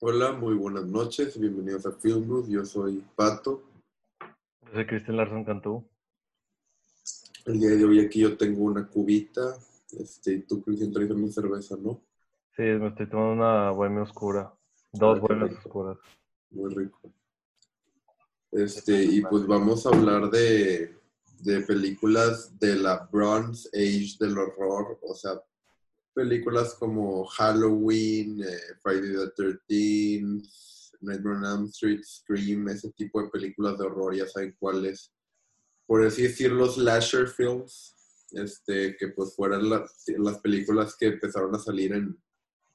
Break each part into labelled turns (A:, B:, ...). A: Hola, muy buenas noches, bienvenidos a Filmwood, yo soy Pato.
B: Yo soy Cristian Pues, Larson Cantú.
A: El día de hoy aquí yo tengo una cubita, este, y tú Cristian traes mi cerveza, ¿no?
B: Sí, me estoy tomando una bohemia oscura, dos
A: Ah, qué
B: buenas
A: rico.
B: oscuras.
A: Muy rico. Este, y pues vamos a hablar de, de películas de la Bronze Age del horror, o sea, películas como Halloween, eh, Friday the 13th, Nightmare on Elm Street, Scream, ese tipo de películas de horror, ya saben cuáles. Por así decirlo, slasher films, este, que pues fueran las, las películas que empezaron a salir en,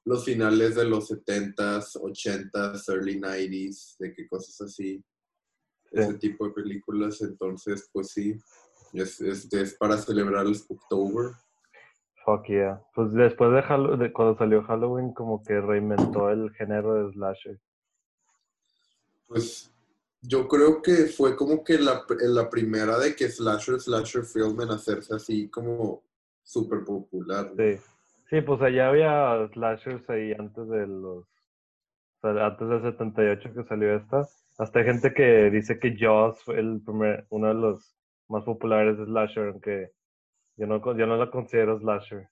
A: los finales de los 70s, 80s, early 90s, de que cosas así, ese
B: Sí.
A: tipo de películas. Entonces, pues sí, es, este, es para celebrar el Spooktober.
B: Fuck yeah. Pues después de, Hallo- de cuando salió Halloween, como que reinventó el género de slasher.
A: Pues yo creo que fue como que la, pr- la primera de que Slasher, Slasher Film en hacerse así como súper popular. ¿no?
B: Sí. Sí, pues allá había slashers ahí antes de los. o sea, antes del 78 que salió esta. Hasta hay gente que dice que Jaws fue el primer, uno de los más populares de slasher, aunque yo no, con- yo no la considero slasher.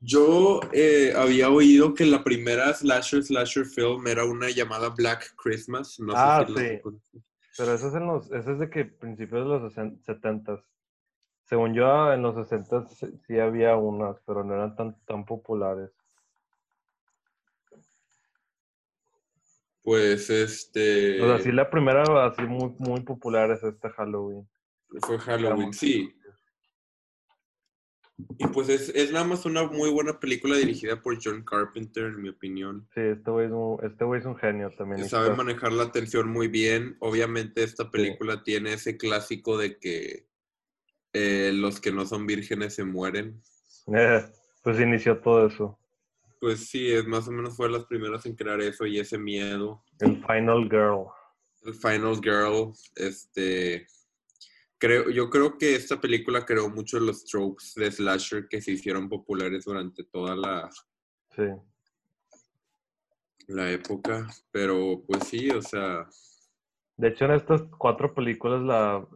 A: Yo eh, había oído que la primera Slasher, Slasher Film era una llamada Black Christmas. No
B: Ah,
A: sé si la
B: sí. Pero eso es, en los, eso es de que principios de los 60 70s. Según yo, en los 60 sí había unas, pero no eran tan, tan populares.
A: Pues este.
B: O sea, sí, la primera así muy, muy popular es este Halloween.
A: Fue Halloween,
B: Digamos.
A: sí. Y pues es, es nada más una muy buena película dirigida por John Carpenter, en mi opinión.
B: Sí, este güey es un, este güey es un genio también.
A: Que
B: y pues,
A: sabe
B: está-
A: manejar la atención muy bien. Obviamente esta película tiene ese clásico de que eh, los que no son vírgenes se mueren.
B: pues inició todo eso.
A: Pues sí, es más o menos fue las primeras en crear eso y ese miedo.
B: El Final Girl.
A: El Final Girl, este... Creo, yo creo que esta película creó mucho de los tropes de slasher que se hicieron populares durante toda la,
B: Sí.
A: la época, pero pues sí, o sea,
B: De hecho, en estas cuatro películas la,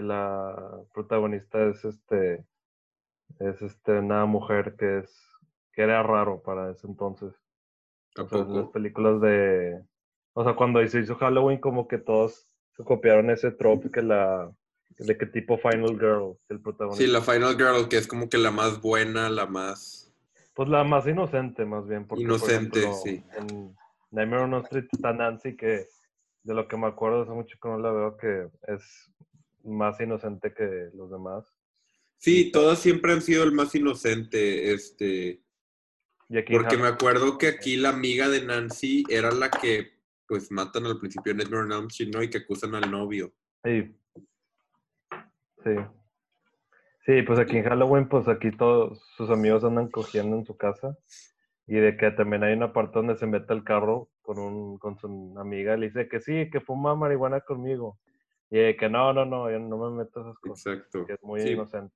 B: la protagonista es este es este una mujer que es que era raro para ese entonces. O sea, las
A: tampoco.
B: películas de o sea, cuando se hizo Halloween como que todos se copiaron ese trope que la de que tipo Final Girl, el protagonista.
A: Sí, la Final Girl, que es como que la más buena, la más...
B: Pues la más inocente, más bien. Porque, por
A: Inocente,
B: ejemplo,
A: sí.
B: En Nightmare on Elm Street está Nancy, que de lo que me acuerdo hace mucho que no la veo, que es más inocente que los demás.
A: Sí, todas siempre han sido el más inocente, este...
B: Y aquí,
A: Porque
B: Hall-
A: me acuerdo que aquí la amiga de Nancy era la que, pues, matan al principio en Edward Elm Street, ¿no? Y que acusan al novio.
B: Sí. Sí. Sí, pues aquí en Halloween, pues aquí todos sus amigos andan cogiendo en su casa. Y de que también hay una parte donde se mete el carro con un con su amiga y le dice que sí, que fuma marihuana conmigo. Y de que no, no, no, yo no me meto a esas cosas.
A: Exacto.
B: que es muy
A: Sí.
B: inocente.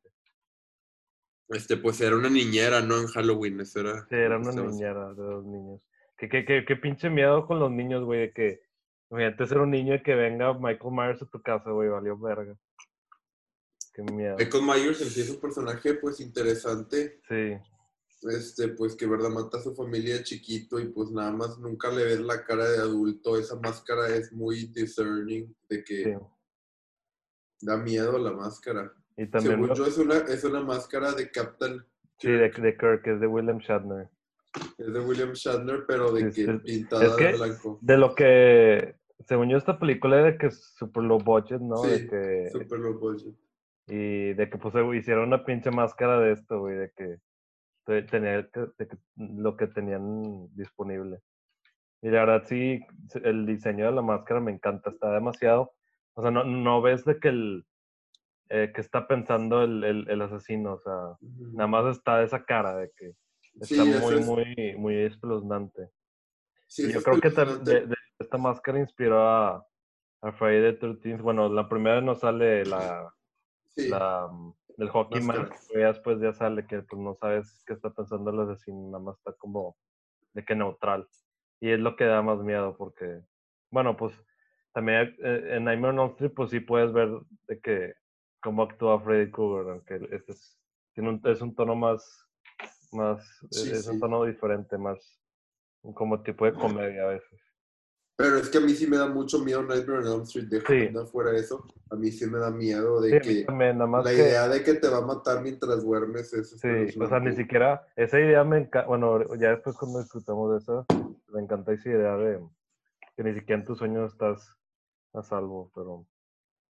A: Este, pues, era una niñera, ¿no? En Halloween, eso era...
B: Sí, era una
A: eso-
B: niñera de los niños. Qué, qué, qué, qué pinche miedo con los niños, güey, de que imagínate ser un niño y que venga Michael Myers a tu casa, güey, valió verga. Qué miedo.
A: Michael Myers en sí es un personaje, pues, interesante.
B: Sí,
A: este, pues que verdad mata a su familia de chiquito y pues nada más nunca le ves la cara de adulto, esa máscara es muy discerning, de que
B: sí.
A: da miedo la máscara.
B: Y también
A: Según
B: lo-
A: yo es una, es una máscara de Captain,
B: sí, de, de Kirk, es de William Shatner.
A: es de William Shatner, pero de
B: Sí,
A: que
B: es-
A: pintada
B: es que-
A: de blanco.
B: De lo que, según yo, esta película es de que es super low budget, ¿no?
A: Sí,
B: de que,
A: Super low budget.
B: Y de que pues eh, hicieron una pinche máscara de esto, güey, de que te- tenía que- de que lo que tenían disponible. Y la verdad sí, se- el diseño de la máscara me encanta, está demasiado. O sea, no, no ves de que el eh, que está pensando el, el, el asesino, o sea,
A: Ujú.
B: nada más está esa cara de que
A: Sí,
B: está
A: eso
B: muy,
A: es-
B: muy, muy espeluznante.
A: sí,
B: Y
A: eso
B: yo
A: es
B: creo que también
A: impresionante.
B: de, de esta máscara inspiró a, a Friday the 13th. Bueno, la primera no sale la
A: Sí.
B: la, mm, El hockey
A: Más
B: man,
A: caras.
B: que ya después ya sale que pues no sabes qué está pensando el asesino, nada más está como de que neutral. Y es lo que da más miedo porque, bueno, pues también eh, en Nightmare on Elm Street pues sí puedes ver de que cómo actúa Freddy Krueger, aunque este es, tiene un, es un tono más, más,
A: Sí,
B: es un
A: sí.
B: tono diferente, más como tipo de comedia a veces.
A: Pero es que a mí sí me da mucho miedo Nightmare on Elm Street.
B: Sí.
A: Dejando fuera eso, a mí sí me da miedo
B: Sí, a
A: de
B: mí
A: que
B: también, nada más
A: la
B: que-
A: idea de que te va a matar mientras duermes es...
B: Sí, o sea, ni
A: espeluznante.
B: siquiera esa idea me encanta. Bueno, ya después cuando discutamos de eso, me encanta esa idea de que ni siquiera en tus sueños estás a salvo. Pero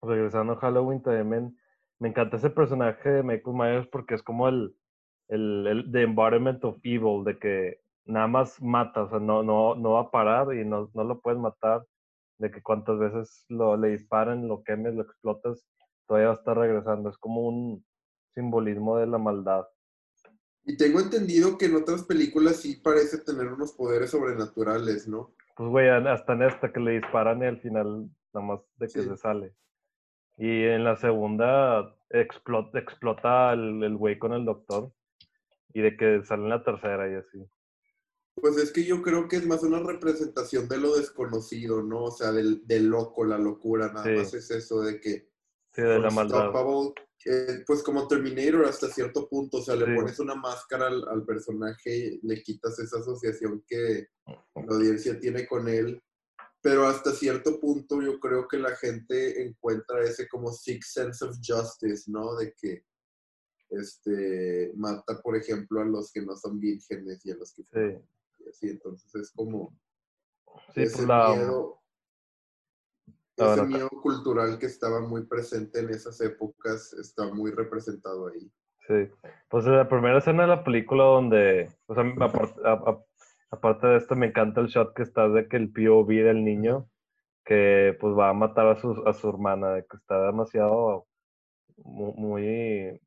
B: regresando a Halloween, también me, me encanta ese personaje de Michael Myers porque es como el, el, el the environment of evil, de que nada más mata, o sea, no, no, no va a parar y no, no lo puedes matar. De que cuantas veces lo, le disparen, lo quemes, lo explotas, todavía va a estar regresando. Es como un simbolismo de la maldad.
A: Y tengo entendido que en otras películas sí parece tener unos poderes sobrenaturales, ¿no?
B: Pues, güey, an- hasta en esta que le disparan y al final nada más de que
A: Sí.
B: se sale. Y en la segunda explo- explota el el güey con el doctor y de que sale en la tercera y así.
A: Pues es que yo creo que es más una representación de lo desconocido, ¿no? O sea, del, del loco, la locura, nada
B: Sí.
A: más es eso de que...
B: Sí, de la maldad.
A: Unstoppable, Pues, ah, eh, pues como Terminator hasta cierto punto, o sea, le
B: Sí.
A: pones una máscara al, al personaje, le quitas esa asociación que la audiencia tiene con él, pero hasta cierto punto yo creo que la gente encuentra ese como sixth sense of justice, ¿no? De que este mata, por ejemplo, a los que no son vírgenes y a los que
B: Sí,
A: y así, entonces es como
B: sí,
A: ese
B: pues la.
A: miedo,
B: la
A: ese
B: verdad.
A: miedo cultural que estaba muy presente en esas épocas está muy representado ahí.
B: Sí. Pues en la primera escena de la película donde. O sea, aparte, a- a- aparte de esto, me encanta el shot que está de que el POV del niño que pues va a matar a su, a su hermana, de que está demasiado mu- muy,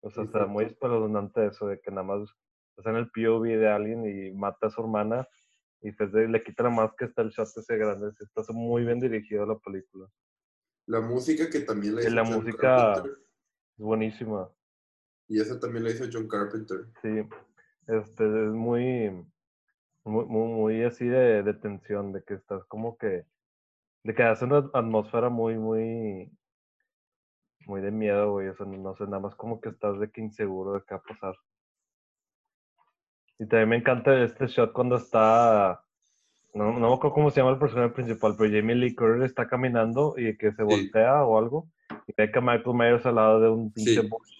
B: o sea,
A: Sí,
B: está muy espeluznante eso, de que nada más está en el POV de alguien y mata a su hermana y pues de- le quita la máscara, está el shot ese grande, sí, está muy bien dirigido la película,
A: La música que también la
B: Sí,
A: hizo
B: la
A: John
B: música-
A: Carpenter.
B: es buenísima,
A: Y esa también la hizo John Carpenter.
B: sí, este, es muy, muy, muy, muy así de, de tensión, de que estás como que, de que hace una atmósfera muy, muy, muy de miedo, güey. O sea, no, no sé, nada más como que estás de que inseguro de qué va a pasar. Y también me encanta este shot cuando está. No, no me acuerdo cómo se llama el personaje principal, pero Jamie Lee Curtis está caminando y que se voltea o algo. Y ve que Michael Myers al lado de un pinche
A: Sí.
B: bush.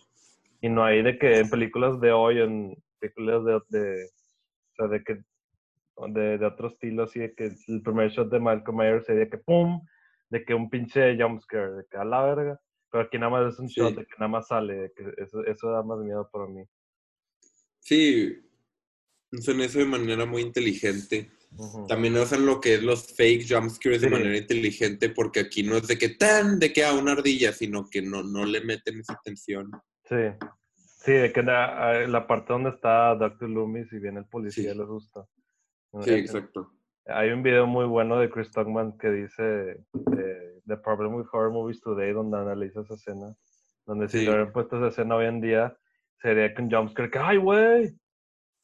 B: Y no hay de que en películas de hoy, en películas de. de o sea, de que. De, de otro estilo, así de que el primer shot de Michael Myers sería que ¡pum! De que un pinche jumpscare, de que a la verga. Pero aquí nada más es un
A: Sí.
B: shot de que nada más sale, de que eso, eso da más miedo para mí.
A: Sí, usan eso de manera muy inteligente.
B: Ujú.
A: También usan lo que es los fake jumpscares de
B: Sí.
A: manera inteligente porque aquí no es de que tan, de que a una ardilla, sino que no, no le meten esa tensión.
B: Sí. Sí, de que la, eh, la parte donde está Dr. Loomis y viene el policía
A: Sí.
B: le asusta.
A: Sí,
B: Eh,
A: exacto.
B: Hay un video muy bueno de Chris Tuckman que dice eh, The Problem with Horror Movies Today, donde analiza esa escena. Donde si
A: Sí.
B: le hubieran puesto esa escena hoy en día, sería que un jumpscare que ¡ay, güey!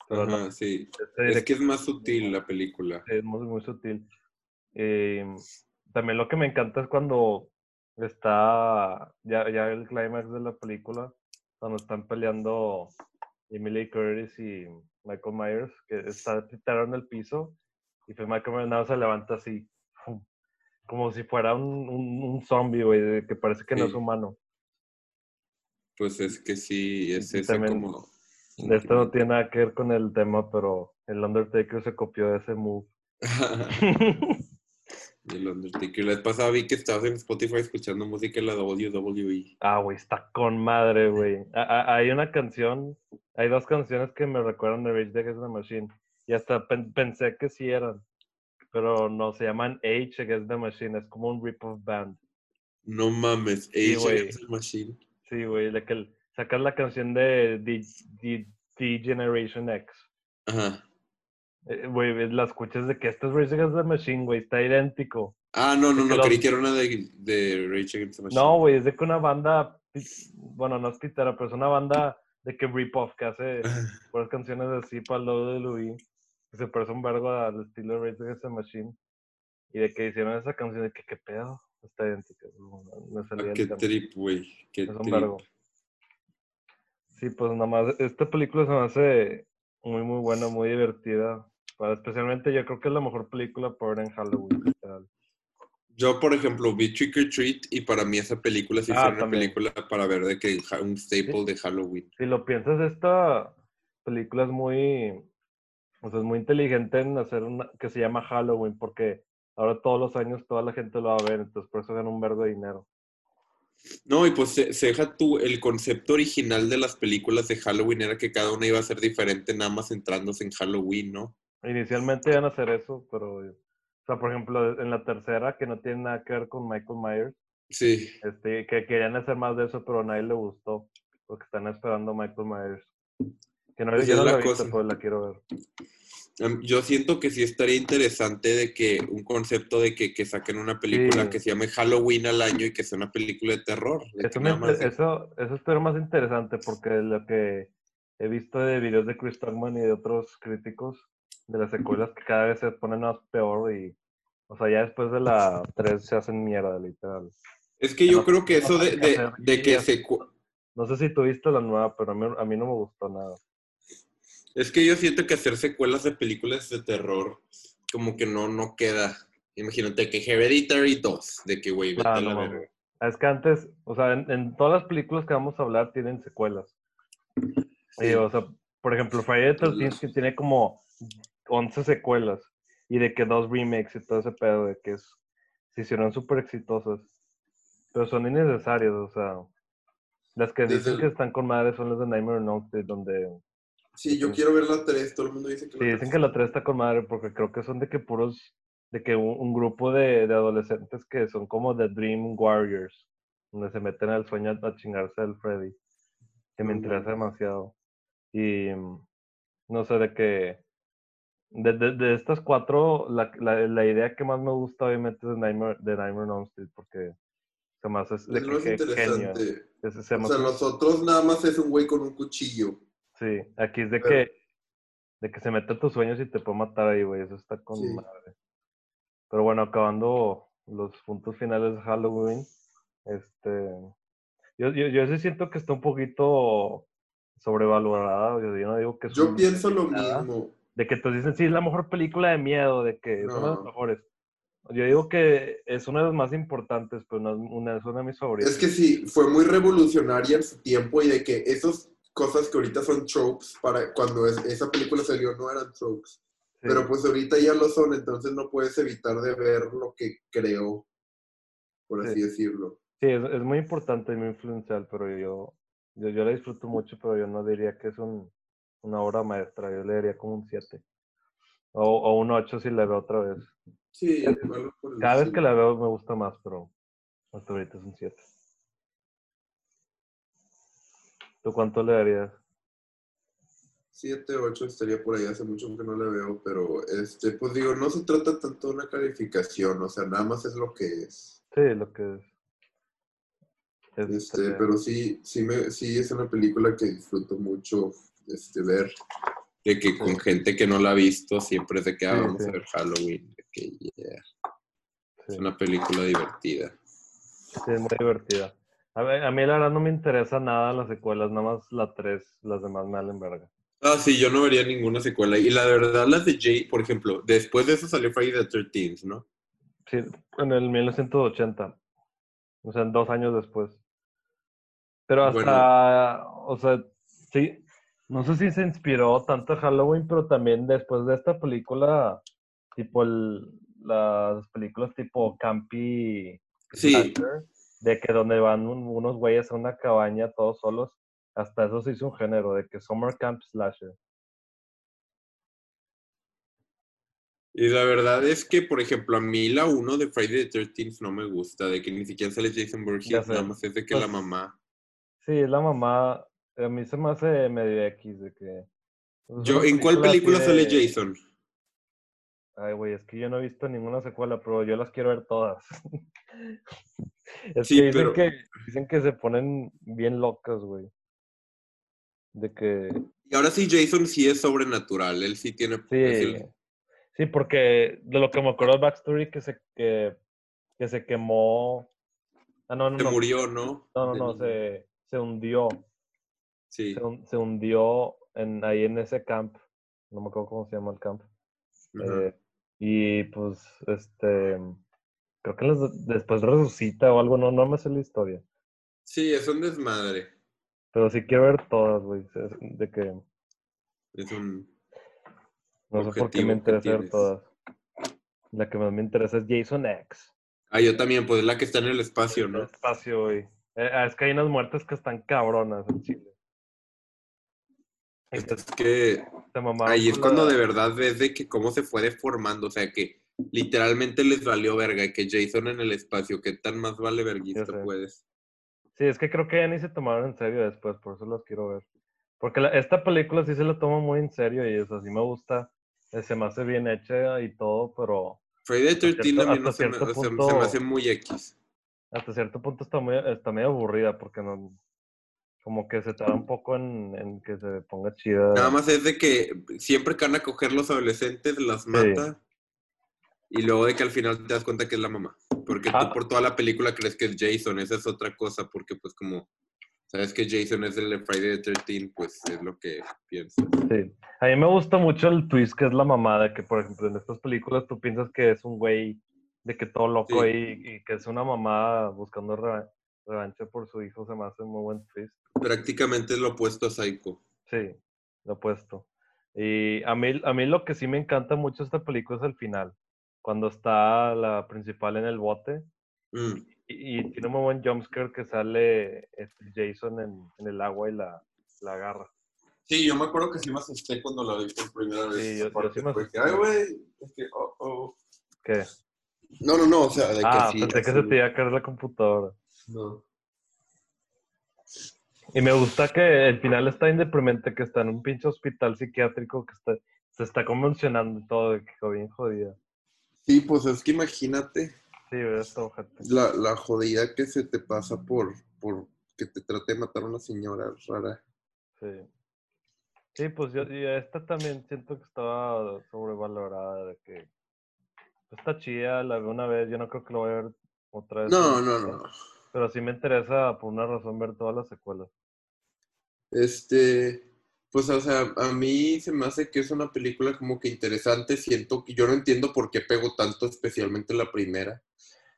B: Pero no,
A: Ajá, sí.
B: este, de
A: Es que es más sutil la película.
B: es muy, muy sutil. Eh, también lo que me encanta es cuando está ya, ya el clímax de la película, cuando están peleando Emily Curtis y Michael Myers, que está tiraron en el piso y pues Michael Myers nada más se levanta así, ¡fum! como si fuera un, un, un zombie, güey, de que parece que no es
A: Sí.
B: humano.
A: Pues es que sí, es
B: Y
A: esa
B: también-
A: como...
B: De esto no tiene nada que ver con el tema, pero el Undertaker se copió de ese move.
A: El Undertaker. La vez pasada vi que estabas en Spotify escuchando música de la E. WWE.
B: Ah, güey, está con madre, güey. A- a- Hay una canción, hay dos canciones que me recuerdan de Rage Against the Machine. Y hasta pen- pensé que sí eran. Pero no, se llaman H Against the Machine. Es como un rip-off band.
A: No mames,
B: Sí,
A: Age
B: güey.
A: Against the Machine.
B: Sí, güey, de que el- sacan la canción de D, D- D Generation X.
A: Ajá.
B: Eh, Güey, ves, la escuchas de que esto es Rage Against the Machine, güey, está idéntico.
A: Ah, no, no,
B: Es que
A: no,
B: los-
A: creí que era una de, de Rage Against the Machine.
B: No, güey, es de que una banda bueno, no es pitera, pero es una banda de que rip-off que hace
A: Ah,
B: puras canciones así para lo de Louis, que se parece un vergo al estilo de Rage Against the Machine, y de que hicieron esa canción de que qué pedo, está idéntica. Me salía
A: Ah,
B: el
A: qué
B: tema.
A: trip, güey. Qué
B: Es un
A: trip.
B: vergo. Sí, pues nada más, esta película se me hace muy, muy buena, muy divertida. Para, especialmente yo creo que es la mejor película para ver en Halloween. literal.
A: Yo, por ejemplo, vi Trick or Treat y para mí esa película sí
B: Ah,
A: fue una
B: también.
A: película para ver de que ja- un staple de Halloween.
B: Si lo piensas, esta película es muy, o sea, es muy inteligente en hacer una que se llama Halloween, porque ahora todos los años toda la gente lo va a ver, entonces por eso gana un vergo de dinero.
A: No, y pues se, se deja tú, el concepto original de las películas de Halloween era que cada una iba a ser diferente nada más centrándose en Halloween, ¿no?
B: Inicialmente iban a hacer eso, pero, o sea, por ejemplo, en la tercera, que no tiene nada que ver con Michael Myers,
A: Sí.
B: Este, que querían hacer más de eso, pero a nadie le gustó. Porque están esperando a Michael Myers. Que no,
A: Pues
B: yo
A: es
B: no la
A: la
B: he visto,
A: cosa.
B: pero la quiero ver.
A: Am- Yo siento que sí estaría interesante de que un concepto de que, que saquen una película
B: Sí.
A: que se llame Halloween al año y que sea una película de terror. de que
B: Eso, me
A: nada más
B: inter- eso, eso es pero más interesante porque lo que he visto de videos de Chris Tuckman y de otros críticos de las secuelas que cada vez se ponen más peor y, o sea, ya después de la 3 se hacen mierda, literal.
A: Es que
B: Ya
A: yo
B: no-
A: creo que
B: no
A: eso de,
B: saben qué
A: de-
B: hacer.
A: de
B: Sí,
A: que
B: ya.
A: se... cu-
B: No sé si tuviste la nueva, pero a mí, a mí no me gustó nada.
A: Es que yo siento que hacer secuelas de películas de terror como que no, no queda. Imagínate que Hereditary 2, de que, güey, vete
B: Ah,
A: a
B: no
A: la
B: mames.
A: verga.
B: Ah, Es que antes, o sea, en, en todas las películas que vamos a hablar tienen secuelas. Y,
A: Sí.
B: o sea, por ejemplo, Friday the 13th que tiene como 11 secuelas y de que dos remakes y todo ese pedo de que es, se hicieron súper exitosas. Pero son innecesarias, o sea. Las que
A: Desde
B: dicen
A: el-
B: que están con madre son las de Nightmare on Elm Street, donde
A: Sí, yo quiero ver la 3, todo el mundo dice que
B: Sí,
A: la
B: dicen que la 3 está con madre porque creo que son de que puros, de que un, un grupo de, de adolescentes que son como The Dream Warriors, donde se meten al sueño a chingarse al Freddy, que me
A: No
B: interesa
A: mames.
B: demasiado. Y mm, no sé, de que de, de- de estas cuatro, la, la- la idea que más me gusta obviamente es de Nightmare, de Nightmare on Elm Street porque se me hace de
A: es lo más
B: que- que genio.
A: interesante.
B: Es- se me
A: O sea,
B: hace-
A: los otros nada más es un güey con un cuchillo.
B: Sí, aquí es de
A: Pero-
B: que de que se mete a tus sueños y te puede matar ahí, güey. Eso está con
A: Sí.
B: madre. Pero bueno, acabando los puntos finales de Halloween, este, yo, yo, yo sí siento que está un poquito sobrevalorada. Yo, yo no digo que es
A: Yo
B: un-
A: pienso lo
B: nada.
A: mismo.
B: de que te dicen sí es la mejor película de miedo, de que es una de las
A: No.
B: mejores. Yo digo que es una de las más importantes, pero no es una, es una de mis favoritas.
A: Es que sí, fue muy revolucionaria en su tiempo y de que esas cosas que ahorita son tropes, para cuando es- esa película salió no eran tropes.
B: Sí.
A: Pero pues ahorita ya lo son, entonces no puedes evitar de ver lo que creo, por así
B: Sí.
A: decirlo.
B: Sí, es, es muy importante y muy influencial, pero yo, yo, yo la disfruto mucho, pero yo no diría que es un, una obra maestra, yo le diría como un 7 o, o un 8 si la veo otra vez.
A: Sí, algo por el
B: Cada vez que
A: estilo.
B: la veo me gusta más, pero hasta ahorita es un 7. ¿Tú cuánto le darías?
A: Siete, ocho estaría por ahí, hace mucho que no la veo, pero este, pues digo, no se trata tanto de una calificación, o sea, nada más es lo que es.
B: Sí, lo que es.
A: Este, pero sí, sí me, sí es una película que disfruto mucho este, ver. De que con gente que no la ha visto siempre es de que ah,
B: Sí,
A: vamos
B: sí.
A: a ver Halloween. de que, yeah,
B: sí.
A: Es una película divertida.
B: Sí, es muy divertida. A, ver, a mí la verdad no me interesa nada las secuelas, nada más la 3, las demás me valen verga.
A: Ah, sí, yo no vería ninguna secuela. Y la verdad, las de Jay, por ejemplo, después de eso salió Friday the 13th, ¿no?
B: Sí, en el 1980. O sea, dos años después. Pero
A: Bueno.
B: hasta, o sea, sí, no sé si se inspiró tanto en Halloween, pero también después de esta película, tipo el- las películas tipo Campy
A: Sí,
B: Slasher, de que donde van un- unos güeyes a una cabaña todos solos, hasta eso se hizo un género, de que Summer Camp Slasher.
A: y la verdad es que, por ejemplo, a mí la 1 de Friday the 13th no me gusta, de que ni siquiera sale Jason
B: Ya
A: Voorhees,
B: sé.
A: nada más es de que
B: Pues-
A: la mamá.
B: Sí, es la mamá, eh, a mí se me hace medio X, de que... pues, es
A: Yo,
B: una
A: ¿En cuál
B: así
A: película sale
B: de-
A: Jason?
B: Ay, güey, es que yo no he visto ninguna secuela, pero yo las quiero ver todas. es
A: Sí,
B: que, dicen
A: pero-
B: que dicen que se ponen bien locas, güey. De que
A: Y ahora sí, Jason sí es sobrenatural. Él Pues sí tiene.
B: Sí,
A: poderes.
B: sí, porque de lo que me acuerdo el backstory que se que, que se quemó. Ah, no, no,
A: Se
B: no.
A: murió, ¿no?
B: No, no, no,
A: Del-
B: se, se hundió.
A: Sí,
B: Se, hun- se hundió en, ahí en ese camp. No me acuerdo cómo se llama el camp.
A: ajá.
B: Eh, y pues, este. Creo que los- después resucita o algo, no, no me sé la historia.
A: sí, es un desmadre.
B: Pero sí quiero ver todas, güey. es- De que.
A: Es un.
B: No sé por qué
A: Objetivo
B: me
A: que
B: interesa ver
A: tienes.
B: todas. La que más me interesa es Jason X.
A: Ah, yo también, pues es la que está en el espacio,
B: El
A: ¿no?
B: espacio, güey. Eh, es que hay unas muertes que están cabronas en Chile. Y que
A: Es que
B: se mamaron
A: ahí es
B: con
A: cuando
B: la-
A: de verdad ves de que cómo se fue deformando. O sea, que literalmente les valió verga. Y que Jason en el espacio, ¿qué tan más vale verguista
B: Ya sé.
A: puedes?
B: Sí, es que creo que ya ni se tomaron en serio después, por eso las quiero ver. Porque la- esta película sí se la toma muy en serio y eso sí me gusta. Eh, Se me hace bien hecha y todo, pero
A: Friday
B: Hasta
A: 13 a mí no
B: cierto-
A: se me,
B: hasta
A: o sea,
B: cierto
A: se me
B: punto-
A: hace muy X.
B: hasta cierto punto está muy, está medio aburrida porque no... Como que se tarda un poco en, en que se ponga chida.
A: Nada más es de que siempre que van a coger los adolescentes, las mata. Y luego de que al final te das cuenta que es la mamá. Porque
B: Ah.
A: tú por toda la película crees que es Jason. Esa es otra cosa, porque pues como... Sabes que Jason es el de Friday the 13, pues es lo que piensas.
B: Sí. A mí me gusta mucho el twist que es la mamada, que por ejemplo en estas películas tú piensas que es un güey de que todo loco
A: Sí.
B: y, y que es una mamá buscando reva- revancha por su hijo, se me hace muy buen twist.
A: Prácticamente es lo opuesto a Psycho.
B: Sí, lo opuesto. Y a mí, a mí lo que sí me encanta mucho esta película es el final, cuando está la principal en el bote
A: Mm,
B: y, y tiene un muy buen jumpscare que sale este, Jason en, en el agua y la, la agarra.
A: Sí, yo me acuerdo que sí me asusté cuando la vi por primera vez.
B: Sí, yo- yo
A: Porque
B: sí me
A: fue que,
B: asusté.
A: "Ay, güey", es que, "Oh, oh".
B: ¿Qué?
A: No, no, no, o sea, de que
B: Ah,
A: sí,
B: pensé que se
A: así,
B: te iba a caer la computadora.
A: no.
B: Y me gusta que el final está bien deprimente, que está en un pinche hospital psiquiátrico, que está, se está convulsionando y todo, de que está bien jodida.
A: Sí, pues es que imagínate.
B: Sí, ¿verdad? Está ojete.
A: la, la jodida que se te pasa por, por que te trate de matar a una señora rara.
B: Sí. Sí, pues yo, y esta también siento que estaba sobrevalorada, de que pues está chida, la vi una vez, yo no creo que la voy a ver otra vez.
A: No, no, no.
B: Pero sí me interesa, por una razón, ver todas las secuelas.
A: Este, pues, o sea, a mí se me hace que es una película como que interesante. Siento que yo no entiendo por qué pegó tanto, especialmente la primera.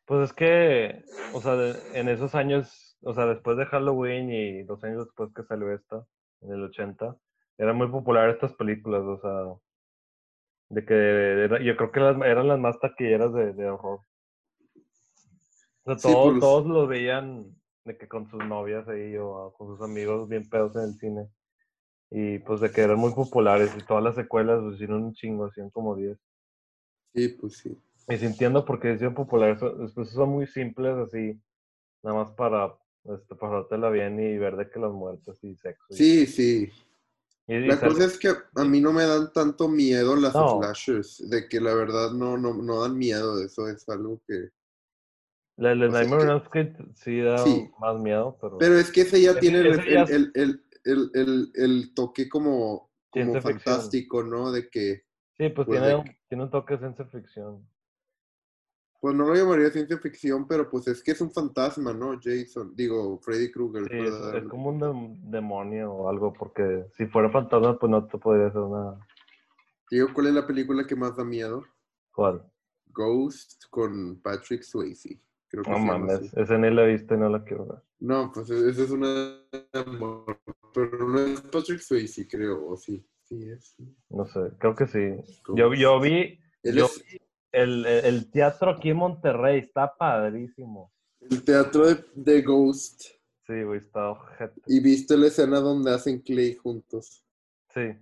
B: Pues es que, o sea, de- en esos años, o sea, después de Halloween y dos años después que salió esta, en el 80, eran muy populares estas películas, o sea, de que era- yo creo que las- eran las más taquilleras de, de horror. O sea,
A: Sí,
B: todos,
A: pues.
B: todos lo veían de que con sus novias ahí o con sus amigos bien pedos en el cine. Y pues de que eran muy populares y todas las secuelas pues, hicieron un chingo, hicieron como 10.
A: Sí, pues sí.
B: Y sí entiendo porque decían populares, so- después pues, son muy simples así, nada más para este, pasártela bien y ver de que las muertes y sexo. y-
A: Sí, sí.
B: y, y
A: La
B: sal-
A: cosa es que a mí no me dan tanto miedo las
B: No.
A: slashers, de que la verdad no, no, no dan miedo, eso es algo que...
B: la de
A: o sea,
B: Nightmare
A: pues, que-
B: on Elm Street sí da
A: Sí.
B: más miedo, pero,
A: Pero es que ese ya
B: Ese-
A: tiene el,
B: ese ya
A: el, el, el, el, el- el toque como, como
B: Ciencia ficción.
A: fantástico, ¿no? De que,
B: sí, pues,
A: pues,
B: tiene,
A: de
B: un, tiene un toque de ciencia ficción.
A: pues no lo llamaría ciencia ficción, pero pues es que es un fantasma, ¿no? Jason, digo, Freddy Krueger.
B: Sí, es,
A: ¿verdad?
B: es como un dem- demonio o algo, porque si fuera fantasma, pues no te podría hacer nada.
A: Digo, ¿cuál es la película que más da miedo?
B: ¿Cuál?
A: Ghost con Patrick Swayze. Creo que
B: No
A: se llama así.
B: mames, esa ni la he visto y no la quiero ver.
A: No, pues esa es una... Pero no es Patrick Swayze, creo, o sí. Sí, es.
B: No sé, creo que sí. Yo,
A: Ghost.
B: yo vi
A: Él
B: yo-
A: es-
B: El, el- el teatro aquí en Monterrey está padrísimo.
A: el teatro de, de Ghost.
B: Sí, güey, está ojete.
A: ¿Y viste la escena donde hacen Clay juntos?
B: Sí.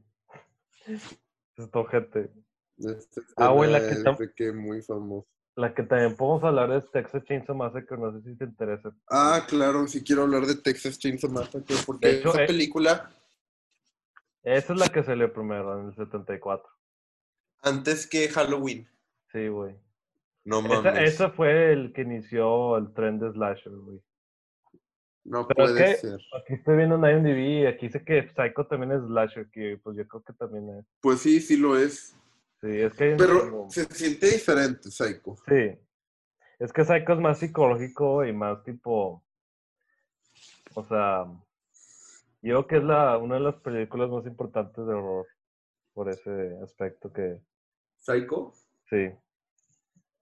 B: Está ojete.
A: Esta
B: Ah, güey, la
A: escena
B: que
A: es
B: tam-
A: de que muy famosa.
B: La que también podemos hablar es Texas Chainsaw Massacre, no sé si te interesa.
A: Ah, claro, si quiero hablar de Texas Chainsaw Massacre, porque
B: De hecho,
A: esa
B: eh.
A: película,
B: Esa es la que salió primero, en el 74.
A: Antes que Halloween.
B: Sí, güey.
A: No
B: Esa-
A: mames.
B: ese fue el que inició el tren de slasher, güey.
A: No
B: Pero es
A: puede
B: que-
A: ser.
B: Aquí estoy viendo un IMDb y aquí dice que Psycho también es slasher, que pues yo creo que también es.
A: Pues sí, sí lo es.
B: Sí, es que hay un
A: Pero
B: chingo.
A: se siente diferente, Psycho.
B: Sí. Es que Psycho es más psicológico y más tipo. O sea. Yo creo que es la, una de las películas más importantes de horror. Por ese aspecto que.
A: ¿Psycho?
B: Sí,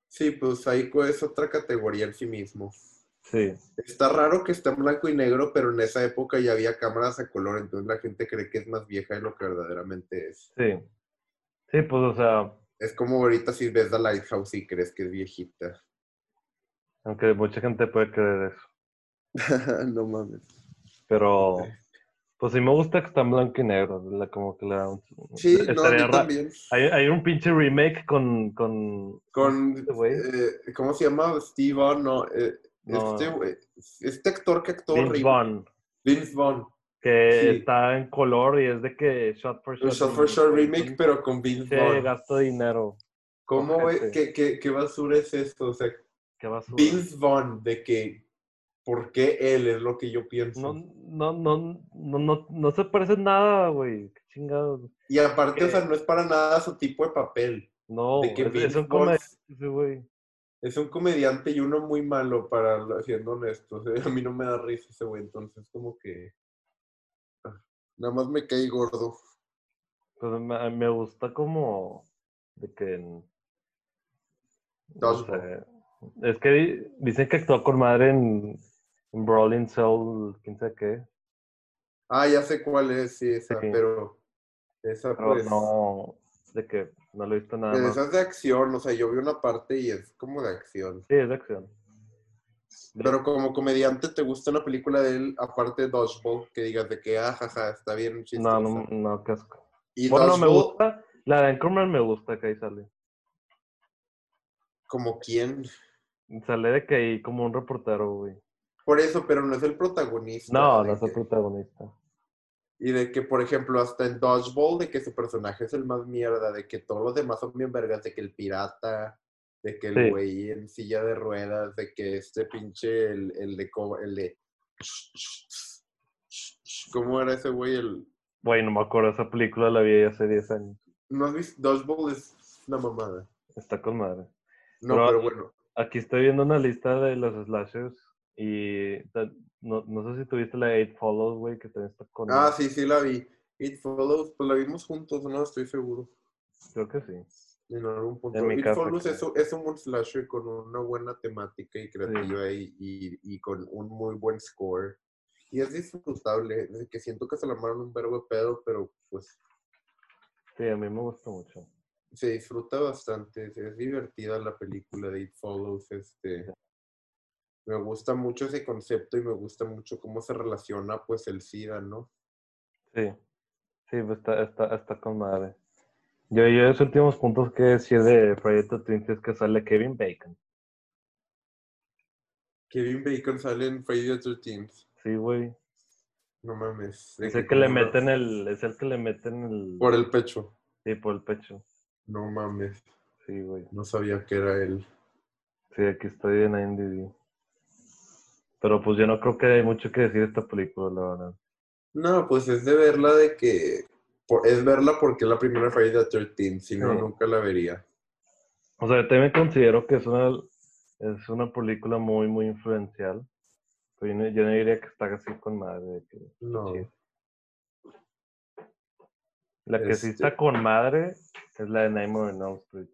A: Sí, pues Psycho es otra categoría en sí mismo.
B: sí.
A: Está raro que está en blanco y negro, pero en esa época ya había cámaras a color, entonces la gente cree que es más vieja de lo que verdaderamente es.
B: Sí. Sí, pues, o sea,
A: Es como ahorita si ves The Lighthouse y crees que es viejita.
B: aunque mucha gente puede creer eso.
A: no mames.
B: Pero, pues sí me gusta que está en blanco y negro. la- como que la,
A: Sí, no, a
B: estaría
A: mí
B: ra-
A: también.
B: Hay, hay un pinche remake con. con
A: Con,
B: este güey.
A: eh, ¿cómo se llama? Steve Vaughn, no. eh,
B: No.
A: Este, güey, este actor que actuó
B: Vince
A: horrible.
B: Vaughn.
A: Vince Vaughn.
B: que
A: Sí.
B: está en color y es de que shot for shot.
A: Un Shot for
B: remake,
A: Shot
B: güey.
A: remake, pero con Vince
B: Pinche
A: Vaughn.
B: gasto de dinero.
A: ¿Cómo, güey?
B: ojete.
A: ¿Qué, qué, ¿Qué basura es esto? O sea,
B: Qué basura.
A: Vince Vaughn, de que, ¿por qué él es lo que yo pienso?
B: No, no, no, no, no, no se parece en nada, güey. Qué chingados.
A: y aparte, o sea,
B: ¿Qué?
A: no es para nada su tipo de papel.
B: Eh. No,
A: de que
B: es, es
A: Vince Vaughn
B: un comediante, ese güey.
A: es un comediante y uno muy malo, para siendo honesto. O sea, a mí no me da risa ese güey, entonces como que... ah, Nada más me caí gordo.
B: Pues me, a mí me gusta como de que en- no
A: Dodgeball.
B: sé. Es que di- dicen que actuó con madre en, en Brawling Soul, quién sabe qué.
A: Ah, ya sé cuál es, sí, esa,
B: Sí.
A: pero... Esa
B: Pero
A: pues...
B: no, de que no lo he visto nada
A: pero
B: más.
A: esa es de acción, o sea, yo vi una parte y es como de acción.
B: Sí, es de acción. De-
A: Pero como comediante, ¿te gusta una película de él, aparte de Dodgeball, que digas de que, ah, jaja, está bien chistosa?
B: No, no, no, qué asco.
A: Y
B: Bueno, me
A: Dodgeball,
B: gusta. La de Anchorman me gusta que ahí sale.
A: ¿como quién?
B: Sale de que ahí como un reportero, güey.
A: Por eso, pero no es el protagonista.
B: No,
A: de
B: no es el
A: que-
B: protagonista.
A: Y de que, por ejemplo, hasta en Dodgeball, de que su personaje es el más mierda, de que todos los demás son bien vergas, de que el pirata, de que
B: Sí.
A: el güey en silla de ruedas, de que este pinche, el, el de... co- El de... ¿Cómo era ese güey? El...
B: Güey, no me acuerdo esa película, la vi hace 10 años.
A: ¿No has visto? Dodgeball es una mamada.
B: Está con madre.
A: No,
B: Pero-
A: pero bueno.
B: Aquí estoy viendo una lista de los slashers y ta- no, no sé si tuviste la de Eight Follows, güey, que también está con
A: Ah,
B: madre.
A: sí, sí la vi. It Follows, pues la vimos juntos, no estoy seguro.
B: Creo que sí.
A: En algún punto.
B: En mi
A: It
B: casa,
A: Follows
B: creo.
A: es, un- es un buen slasher con una buena temática y creativa y, y- y con un muy buen score. Y es disfrutable, es que siento que se le armaron un verbo de pedo, pero pues
B: Sí, a mí me gusta mucho.
A: se disfruta bastante, es- es divertida la película de It Follows, este me gusta mucho ese concepto y me gusta mucho cómo se relaciona pues el SIDA, ¿no?
B: Sí. Sí, pues está, está, está con madre. Yo, yo los últimos puntos que decía de Proyecto Twins es que sale Kevin Bacon.
A: Kevin Bacon sale en Friday the 13th.
B: Sí, güey.
A: No mames. de
B: Es el que le
A: como-
B: meten el, es el que le meten el,
A: Por el pecho.
B: sí, por el pecho.
A: No mames.
B: Sí, güey.
A: No sabía que era él.
B: Sí, aquí estoy en IMDb. Pero pues yo no creo que hay mucho que decir de esta película, la verdad.
A: No, pues es de verla de que. por- es verla porque es la primera Friday the 13th. Si no,
B: Sí.
A: nunca la vería.
B: O sea, yo también considero que es una, es una película muy, muy influencial. Pero yo no, yo no diría que está así con madre. de que-
A: No.
B: Sí. La que sí
A: Este-
B: está con madre es la de Nightmare on Elm Street.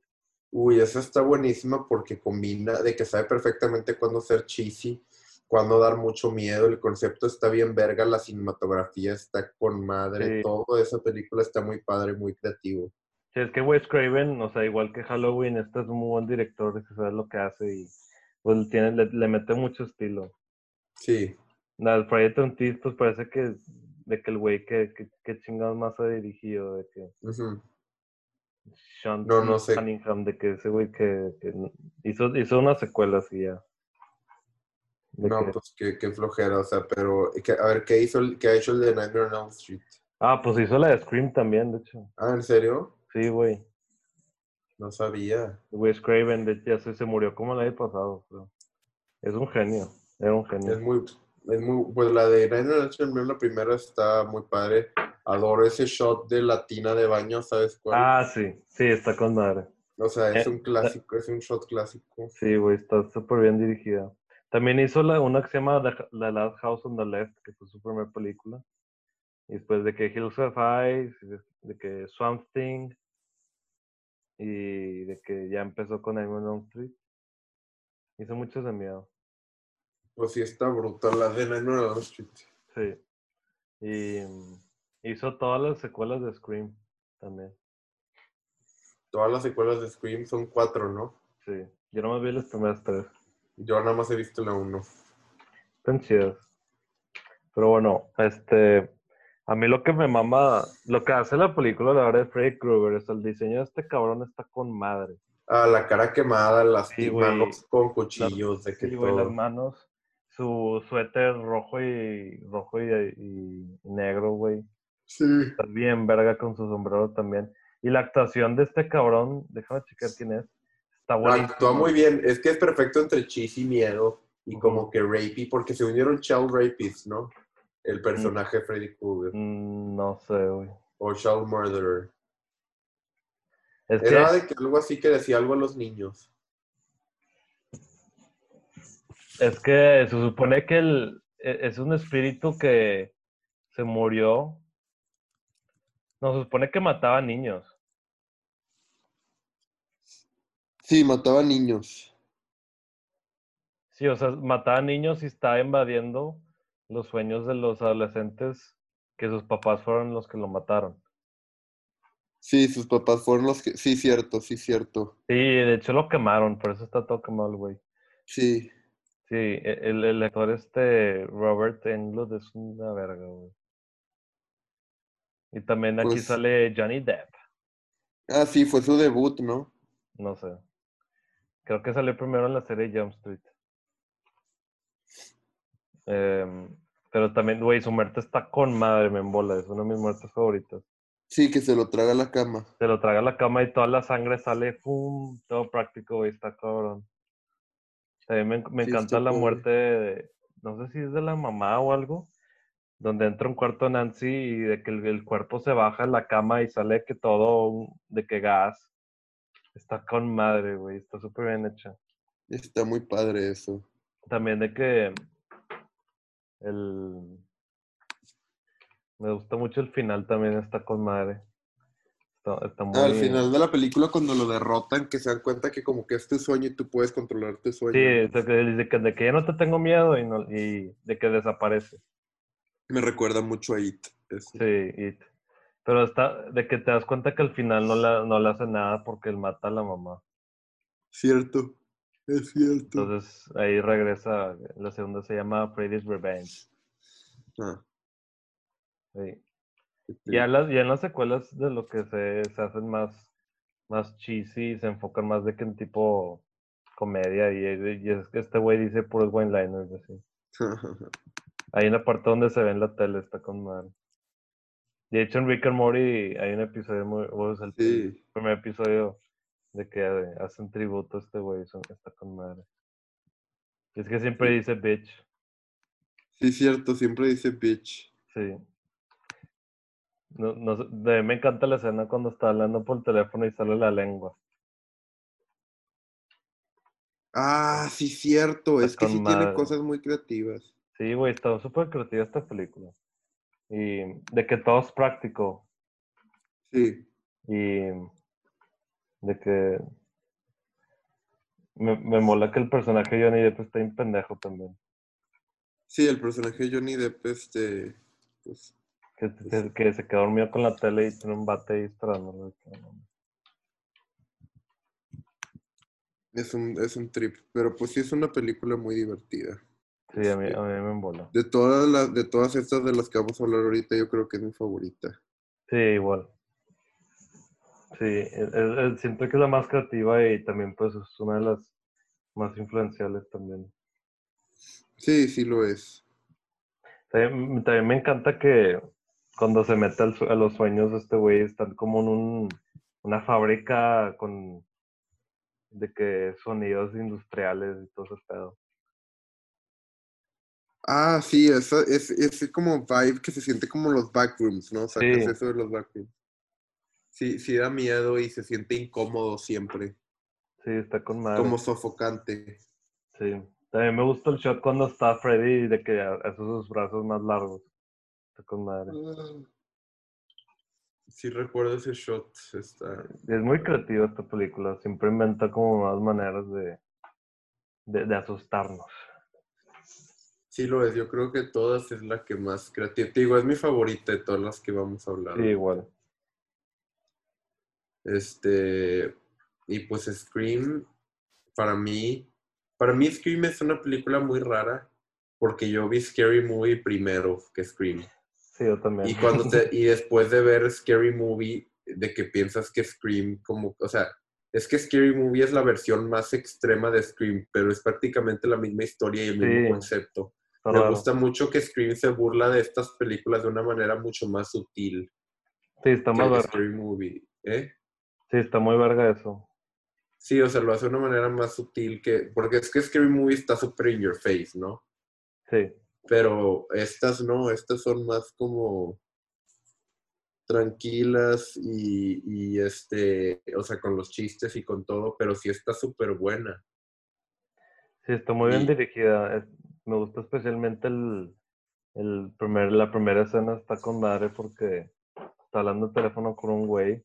A: Uy, esa está buenísima porque combina de que sabe perfectamente cuándo ser cheesy, cuándo dar mucho miedo. El concepto está bien verga, la cinematografía está con madre.
B: Sí.
A: Todo esa película está muy padre, muy creativo.
B: Sí, es que Wes Craven, o sea, igual que Halloween, este es un muy buen director, que sabe lo que hace y pues, tiene, le, le mete mucho estilo.
A: Sí.
B: La del Friday Tontis, pues parece que es de que el güey que, que, que chingados más ha dirigido, de que
A: ujú.
B: Sean
A: No, no sé.
B: Cunningham, de que ese güey que, que hizo, hizo una secuela así ya. De
A: No,
B: que-
A: pues qué, qué flojera, o sea, pero que- a ver, ¿qué hizo el, qué ha hecho el de Nightmare on Elm Street?
B: Ah, pues hizo la de Scream también, de hecho.
A: Ah, ¿en serio?
B: Sí, güey.
A: No sabía.
B: Wes Craven de- ya se, se murió como el año pasado. pero Es un genio. Era un genio.
A: Es muy, es muy, pues la de Reynolds la primera está muy padre. Adoro ese shot de la tina de baño, ¿sabes cuál?
B: Ah, sí. Sí, está con madre.
A: o sea, es
B: eh,
A: un clásico, es un shot clásico.
B: Sí, güey, está súper bien dirigida. También hizo la, una que se llama The, The Last House on the Left, que fue su primera película. Y después de que Hills Have Eyes, y de, de que Swamp Thing, y de que ya empezó con I'm on Elm Street. Hizo muchos de miedo.
A: Pues sí está brutal la de Reynolds
B: Sí. Y mm, hizo todas las secuelas de Scream también.
A: Todas las secuelas de Scream son cuatro, ¿no?
B: Sí. Yo nomás vi las primeras tres.
A: Yo nada más he visto la uno.
B: Están chidas. Pero bueno, este. A mí lo que me mama, lo que hace la película, la verdad, de Freddy Krueger, es el diseño de este cabrón está con madre.
A: Ah, la cara quemada, las
B: Sí,
A: manos con cuchillos, de que
B: Sí, güey, las
A: todo.
B: manos, su suéter rojo y rojo y, y negro, güey.
A: Sí.
B: Está bien verga con su sombrero también. Y la actuación de este cabrón, déjame checar quién es. Está buenísima.
A: Actúa muy bien. Es que es perfecto entre chis y miedo. Y
B: Ujú.
A: como que rapey, porque se unieron child rapists, ¿no? El personaje Freddy Krueger.
B: Mm, No sé, güey.
A: O child murderer.
B: Es que,
A: Era de que algo así que decía algo a los niños.
B: Es que se supone que el, e- es un espíritu que se murió. No, se supone que mataba niños.
A: Sí, mataba niños.
B: Sí, o sea, mataba niños y estaba invadiendo los sueños de los adolescentes que sus papás fueron los que lo mataron.
A: Sí, sus papás fueron los que... Sí, cierto, sí, cierto.
B: Sí, de hecho lo quemaron, por eso está todo quemado el güey.
A: Sí.
B: Sí, e- el, el actor este, Robert Englund, es una verga, güey. Y también aquí
A: Pues-
B: sale Johnny Depp.
A: Ah, sí, fue su debut, ¿no?
B: No sé. Creo que salió primero en la serie Jump Street. Em, pero también, güey, su muerte está con madre, me embola. Es una de mis muertes favoritas.
A: Sí, que se lo traga la cama.
B: Se lo traga a la cama y toda la sangre sale, ¡pum! Todo práctico, güey, está cabrón. También me, enc- me
A: Sí,
B: encanta
A: está
B: la
A: pobre.
B: muerte, de- no sé si es de la mamá o algo, donde entra un cuarto Nancy y de que el, el cuerpo se baja en la cama y sale que todo, un- de que gas. Está con madre, güey, está súper bien hecha.
A: Está muy padre eso.
B: también de que el me gusta mucho el final también está con madre está, está muy
A: Al Ah, final de la película, cuando lo derrotan, que se dan cuenta que como que es tu sueño y tú puedes controlar tu sueño.
B: sí de que, de que- de que ya no te tengo miedo y, no- y de que desaparece
A: Me recuerda mucho a It. eso.
B: sí y- pero está de que te das cuenta que al final no la no le hace nada porque él mata a la mamá
A: Cierto. Es cierto.
B: entonces ahí regresa la segunda se llama Freddy's Revenge
A: Ah,
B: sí.
A: qué
B: Ya,
A: triste.
B: las, ya en las secuelas de lo que se, se hacen más, más cheesy, se enfocan más de que en tipo comedia y, y es que este güey dice puros wine liners así. Hay una parte donde se ve en la tele, está con madre. De hecho en Rick and Morty hay un episodio muy, o es el
A: sí.
B: primer episodio de que hacen tributo a este güey, son- está con madre. Y es que siempre dice bitch,
A: Sí, cierto. Siempre dice bitch.
B: sí. No, no, sé, de- me encanta la escena cuando está hablando por teléfono y sale la lengua.
A: Ah, sí, cierto.
B: Está
A: Es que
B: con
A: sí tiene
B: madre.
A: cosas muy creativas.
B: Sí, güey, está súper creativa esta película. Y de que todo es práctico.
A: Sí.
B: Y de que. Me, me mola que el personaje de Johnny Depp está bien pendejo también.
A: Sí, el personaje de Johnny Depp, este. Pues,
B: Que, que- que se quedó dormido con la tele y tiene un bate ahí disparándole.
A: es un, es un trip. Pero pues sí es una película muy divertida.
B: Sí, a mí, a mí me embola.
A: De todas las, de todas estas de las que vamos a hablar ahorita, yo creo que es mi favorita.
B: Sí, igual. Sí, es- es- es- siento que es la más creativa y también, pues, es una de las más influenciales también.
A: Sí, sí lo es.
B: También, también me encanta que cuando se mete al sue- a los sueños este güey están como en un una fábrica con de que sonidos industriales y todo ese pedo.
A: Ah, sí, eso es, es como vibe que se siente como los backrooms, ¿no? O sea, que
B: Sí.
A: es eso de los backrooms. Sí, sí da miedo y se siente incómodo siempre,
B: Sí, está con madre.
A: como sofocante.
B: Sí. También me gusta el shot cuando está Freddy de que hace sus brazos más largos. Está con madre.
A: Mm. Sí recuerdo ese shot, está...
B: Es muy creativa esta película. Siempre inventa como más maneras de, de, de asustarnos.
A: Sí lo es, yo creo que todas es la que más creativa. Te digo, es mi favorita de todas las que vamos a hablar.
B: Sí, igual.
A: Este, y pues Scream, para mí, para mí Scream es una película muy rara porque yo vi Scary Movie primero que Scream.
B: Sí, yo también.
A: Y cuando te, y después de ver Scary Movie, de que piensas que Scream como, o sea, es que Scary Movie es la versión más extrema de Scream, pero es prácticamente la misma historia y el mismo
B: Sí.
A: concepto.
B: Está
A: Me
B: raro.
A: gusta mucho que Scream se burla de estas películas de una manera mucho más sutil
B: Sí, está
A: que
B: más verga.
A: Scary Movie, ¿eh?
B: Sí, está muy verga eso.
A: Sí, o sea, lo hace de una manera más sutil que. Porque es que Scary Movie está súper in your face, ¿no?
B: Sí.
A: Pero estas no, estas son más como tranquilas y, y este, o sea, con los chistes y con todo, pero sí está súper buena.
B: Sí, está muy
A: Y-
B: bien dirigida. Es- me gusta especialmente el, el primer, la primera escena está con madre porque está hablando al teléfono con un güey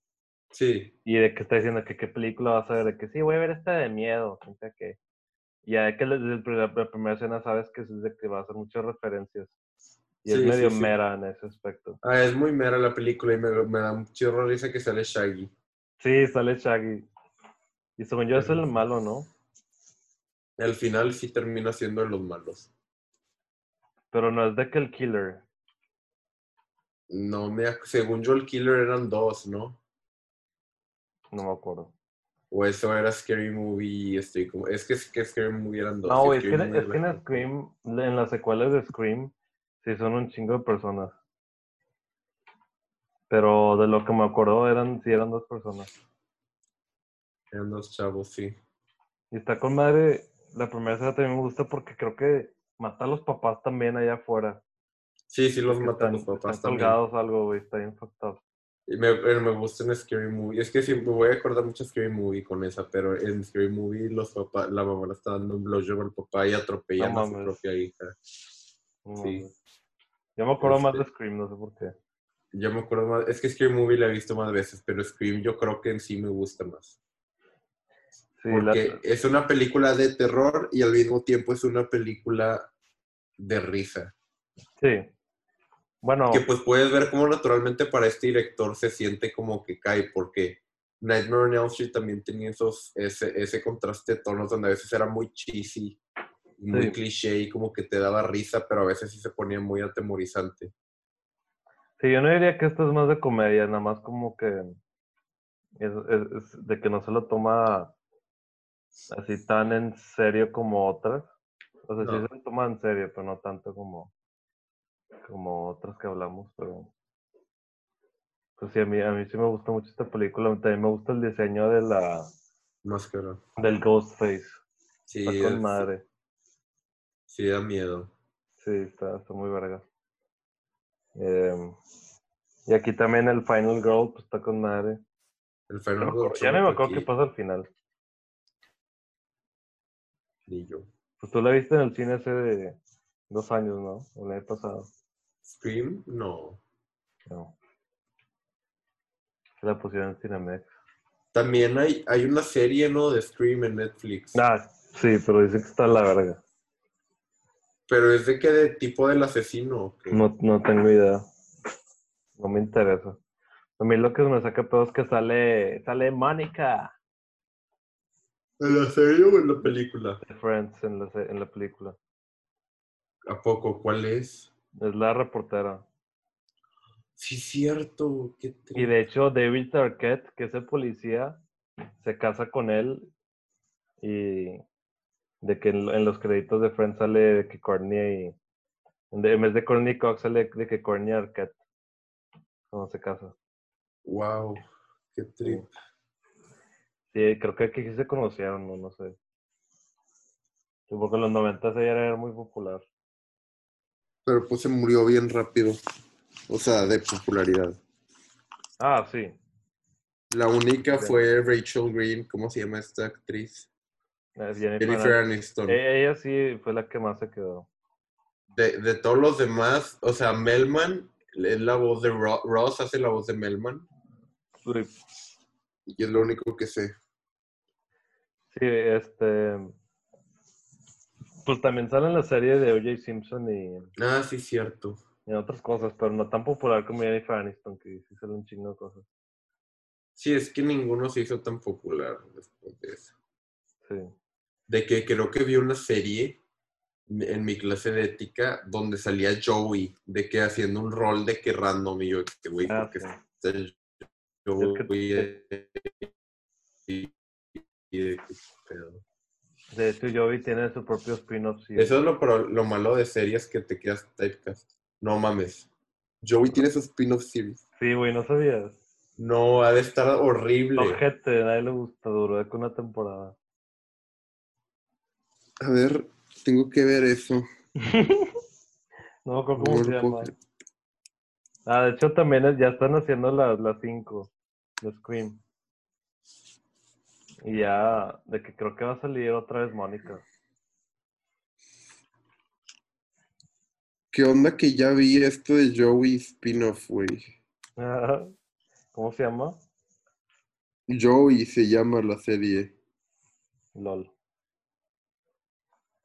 A: Sí,
B: y de que está diciendo que qué película vas a ver, de que sí, voy a ver esta de miedo, gente que... Y ya de que desde el pri- la, primera escena sabes que es de que va a hacer muchas referencias. Y
A: Sí,
B: es
A: sí,
B: medio
A: sí.
B: mera en ese aspecto.
A: ah, es muy mera la película y me, me da mucho risa que sale Shaggy.
B: Sí, sale Shaggy. Y según yo es el
A: Pero-
B: malo, ¿no?
A: Al final sí termina siendo de los malos.
B: Pero no es de que el killer.
A: No me. ac- Según yo, el killer eran dos, ¿no?
B: No me acuerdo.
A: O eso era Scary Movie, este, como, es que, es que Scary Movie eran dos.
B: No,
A: y
B: güey, es que,
A: Scary Movie
B: es que
A: era-
B: en Scream, en las secuelas de Scream, sí son un chingo de personas. Pero de lo que me acuerdo eran, sí eran dos personas.
A: eran dos chavos, sí.
B: Y está con madre, la primera escena también me gusta porque creo que mata a los papás también allá afuera.
A: Sí, sí los
B: que
A: matan los
B: están-
A: papás
B: están
A: también.
B: colgados algo, güey, está bien fucked up.
A: Y me, pero me gusta en Scary Movie. Es que sí, me voy a acordar mucho de Scary Movie con esa, pero en Scary Movie los papá, la mamá le está dando un blowjob al papá y atropellan
B: No
A: a su
B: mames.
A: propia hija.
B: No
A: Sí.
B: mames. Yo me acuerdo más de
A: Este-
B: Scream, no sé por qué.
A: Yo me acuerdo más, es que Scary Movie la he visto más veces, pero Scream yo creo que en sí me gusta más.
B: Sí, la-
A: Porque es una película de terror y al mismo tiempo es una película de risa.
B: sí. Bueno,
A: Que pues puedes ver cómo naturalmente para este director se siente como que cae, porque Nightmare on Elm Street también tenía esos, ese, ese contraste de tonos donde a veces era muy cheesy, y muy
B: Sí.
A: cliché y como que te daba risa, pero a veces sí se ponía muy atemorizante.
B: Sí, yo no diría que esto es más de comedia, nada más como que es, es- es de que no se lo toma así tan en serio como otras. O sea,
A: No.
B: sí se lo toma en serio, pero no tanto como, como otras que hablamos, pero pues sí, a mí, a mí sí me gusta mucho esta película. También me gusta el diseño de la
A: Más que nada.
B: del Ghostface.
A: Sí,
B: Está
A: es-
B: Ah, con madre.
A: sí da miedo.
B: Sí, está, está muy verga. Em, y aquí también el Final Girl, pues está con madre.
A: El
B: No me
A: Fernando
B: acuerdo- ya no me acuerdo qué pasa al final. Pues tú la viste en el cine hace dos años, ¿no? O el año pasado.
A: ¿Scream? No.
B: No. Se la pusieron en Cinemex.
A: También hay, hay una serie, ¿no? De Scream en Netflix.
B: Ah, sí, pero dice que está la verga.
A: Pero es de que de tipo del asesino. ¿o qué?
B: No, no tengo idea. No me interesa. A mí lo que me saca pedo es que sale, sale Mónica
A: ¿En la serie o en la película?
B: de Friends en la, se- en la película.
A: ¿A poco? ¿Cuál es?
B: Es la reportera.
A: Sí, cierto. Qué
B: Y
A: triste.
B: de hecho, David Arquette, que es el policía, se casa con él y de que en, lo- en los créditos de Friends sale de que Courtney, de- en vez de Courtney Cox sale de que Courtney Arquette cuando se casa.
A: Wow. Qué trip.
B: Sí, creo que aquí se conocieron, no, no sé. Sí, porque en los 90 ella era muy popular.
A: Pero pues se murió bien rápido. O sea, de popularidad.
B: Ah, sí.
A: La única fue Rachel Green, ¿cómo se llama esta actriz?
B: Eh, Jennifer
A: Jennifer
B: Aniston.
A: Aniston.
B: Eh, Ella sí fue la que más se quedó.
A: De, de todos los demás, o sea, Melman es la voz de Ro- Ross, hace la voz de Melman.
B: Sí,
A: Y es lo único que sé.
B: este. Pues también sale en la serie de O.J. Simpson y,
A: Ah, sí, cierto.
B: y en otras cosas, pero no tan popular como Jennifer Aniston, que sí sale un chingo de cosas.
A: Sí, es que ninguno se hizo tan popular después de eso.
B: Sí.
A: De que creo que vi una serie en mi clase de ética donde salía Joey, de que haciendo un rol de que random y yo, que güey,
B: Ah,
A: porque
B: sí.
A: Joey y- y de que pedo.
B: De hecho, Joey tiene su propio spin-off. sí.
A: Eso es lo, pro- lo malo de series que te quedas typecast. No mames. Joey tiene su spin-off series.
B: Sí, güey, no sabías.
A: No, ha de estar horrible.
B: Ojete, a nadie le gusta, duró de que una temporada.
A: A ver, tengo que ver eso.
B: No me acuerdo
A: No
B: cómo
A: lo
B: se
A: puedo
B: llama.
A: creer.
B: Ah, de hecho también es- ya están haciendo las las 5, los Scream. Y ya, de que creo que va a salir otra vez Mónica.
A: ¿Qué onda que ya vi esto de Joey spin-off, güey?
B: ¿Cómo se llama?
A: Joey se llama la serie.
B: LOL.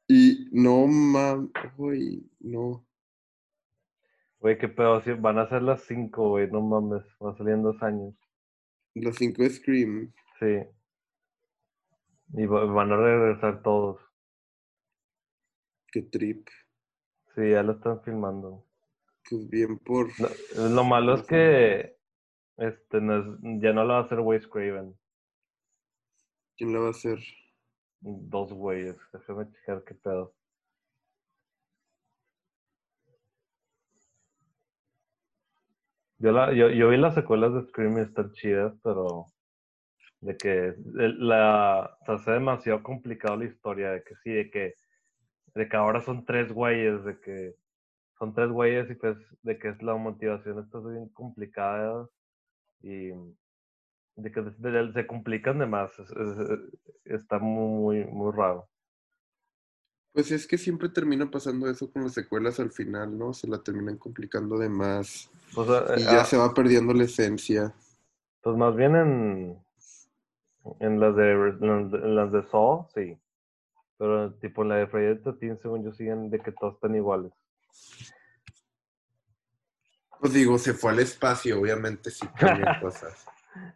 A: Y no mames, güey, no.
B: Güey, qué pedo, sí, van a ser las 5, güey, no mames, va a salir en dos años.
A: Los cinco Scream.
B: Sí. Y va- van a regresar todos.
A: Qué trip.
B: Sí, ya lo están filmando.
A: Pues bien por...
B: Lo, lo malo es que este no es- ya no lo va a hacer Wes Craven.
A: ¿Quién la va a hacer?
B: Dos güeyes. Déjame checar qué pedo. Yo, la, yo, yo vi las secuelas de Scream y están chidas, pero de que el- la se hace demasiado complicado la historia, de que sí, de que, de que ahora son tres güeyes, de que son tres güeyes y pues de que es la motivación está bien complicada y de que de- de- se complican de más, es- es- está muy, muy, muy raro.
A: Pues es que siempre termina pasando eso con las secuelas al final, ¿no? Se la terminan complicando de más.
B: O sea,
A: Y
B: eh,
A: ya
B: ah,
A: se va perdiendo la esencia.
B: Pues más bien en, en las de en las de Saw, sí. Pero tipo en la de Friday the 13th, según yo, siguen de que todos están iguales.
A: Pues digo, se fue al espacio, obviamente sí cambian cosas.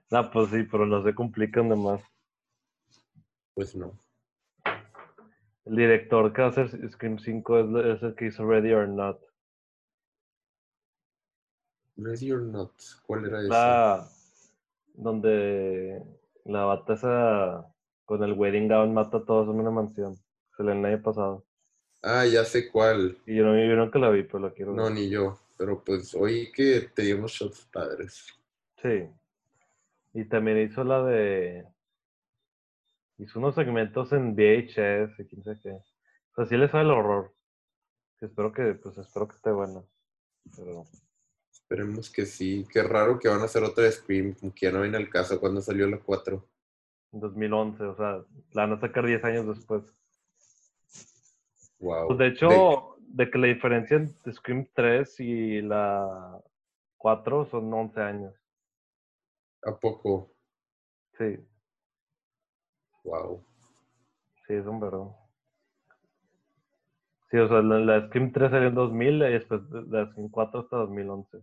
B: Ah, pues sí, pero no se complican de más.
A: Pues no.
B: El director que va a hacer Scream 5 es, es el que hizo Ready or Not.
A: Ready or not. ¿Cuál era esa?
B: La, donde la bata esa con el wedding gown mata a todos en una mansión. Se le el año pasado.
A: Ah, ya sé cuál.
B: Y yo, no, yo nunca la vi, pero la quiero ver.
A: No, ni yo. Pero pues oí que te dimos shots padres.
B: Sí. Y también hizo la de. Hizo unos segmentos en VHS y quién sabe qué. O sea, sí le sabe el horror. Que Espero que, pues espero que esté bueno. Pero
A: Esperemos que sí. Qué raro que van a hacer otra de Scream, como que ya no viene al caso cuando salió la 4.
B: en 2011, o sea, la van a sacar 10 años después.
A: Wow.
B: Pues de hecho, de que la diferencia entre Scream 3 y la 4 son 11 años.
A: ¿A poco?
B: Sí,
A: Wow.
B: sí, es un verdad. Sí, o sea, la, la Scream 3 salió en 2000 y después la Scream 4 hasta 2011.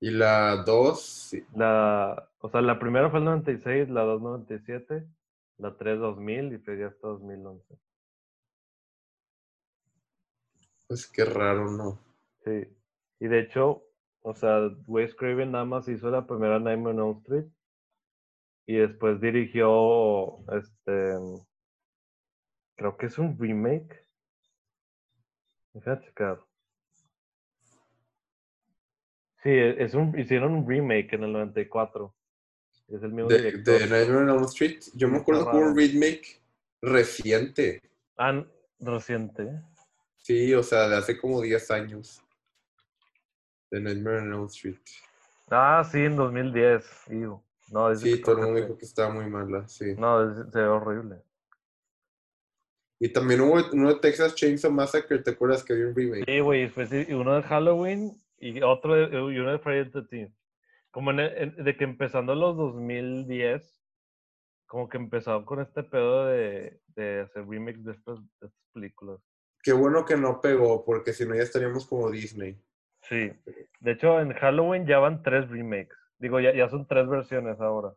A: Y la 2, sí.
B: La, o sea, la primera fue el 96, la 2 97, la 3 2000 y pues ya hasta 2011.
A: pues qué raro, ¿no?
B: Sí. Y de hecho, o sea, Wes Craven nada más hizo la primera Nightmare on Elm Street y después dirigió este creo que es un remake. Déjame checar. Sí, e- es un, hicieron un remake en el 94. Es el mismo
A: De,
B: director.
A: de Nightmare on Elm Street. Yo me acuerdo que hubo un remake reciente.
B: Ah, n- reciente.
A: Sí, o sea, de hace como 10 años. De Nightmare on Elm Street.
B: Ah, sí, en 2010. Hijo. No, dice
A: Sí,
B: Pues, que
A: todo el mundo
B: ojete.
A: dijo que estaba muy mala, sí.
B: No, es- se ve horrible.
A: Y también hubo uno de Texas Chainsaw Massacre, ¿te acuerdas que había un remake?
B: Sí, güey, después sí, y uno de Halloween y otro de, y uno de Friday the 13th. Como en el- en- de que empezando los 2010, como que empezaron con este pedo de, de hacer remakes de estas, de estas películas.
A: Qué bueno que no pegó, porque si no ya estaríamos como Disney.
B: Sí. De hecho, en Halloween ya van tres remakes. Digo, ya, ya son tres versiones ahora.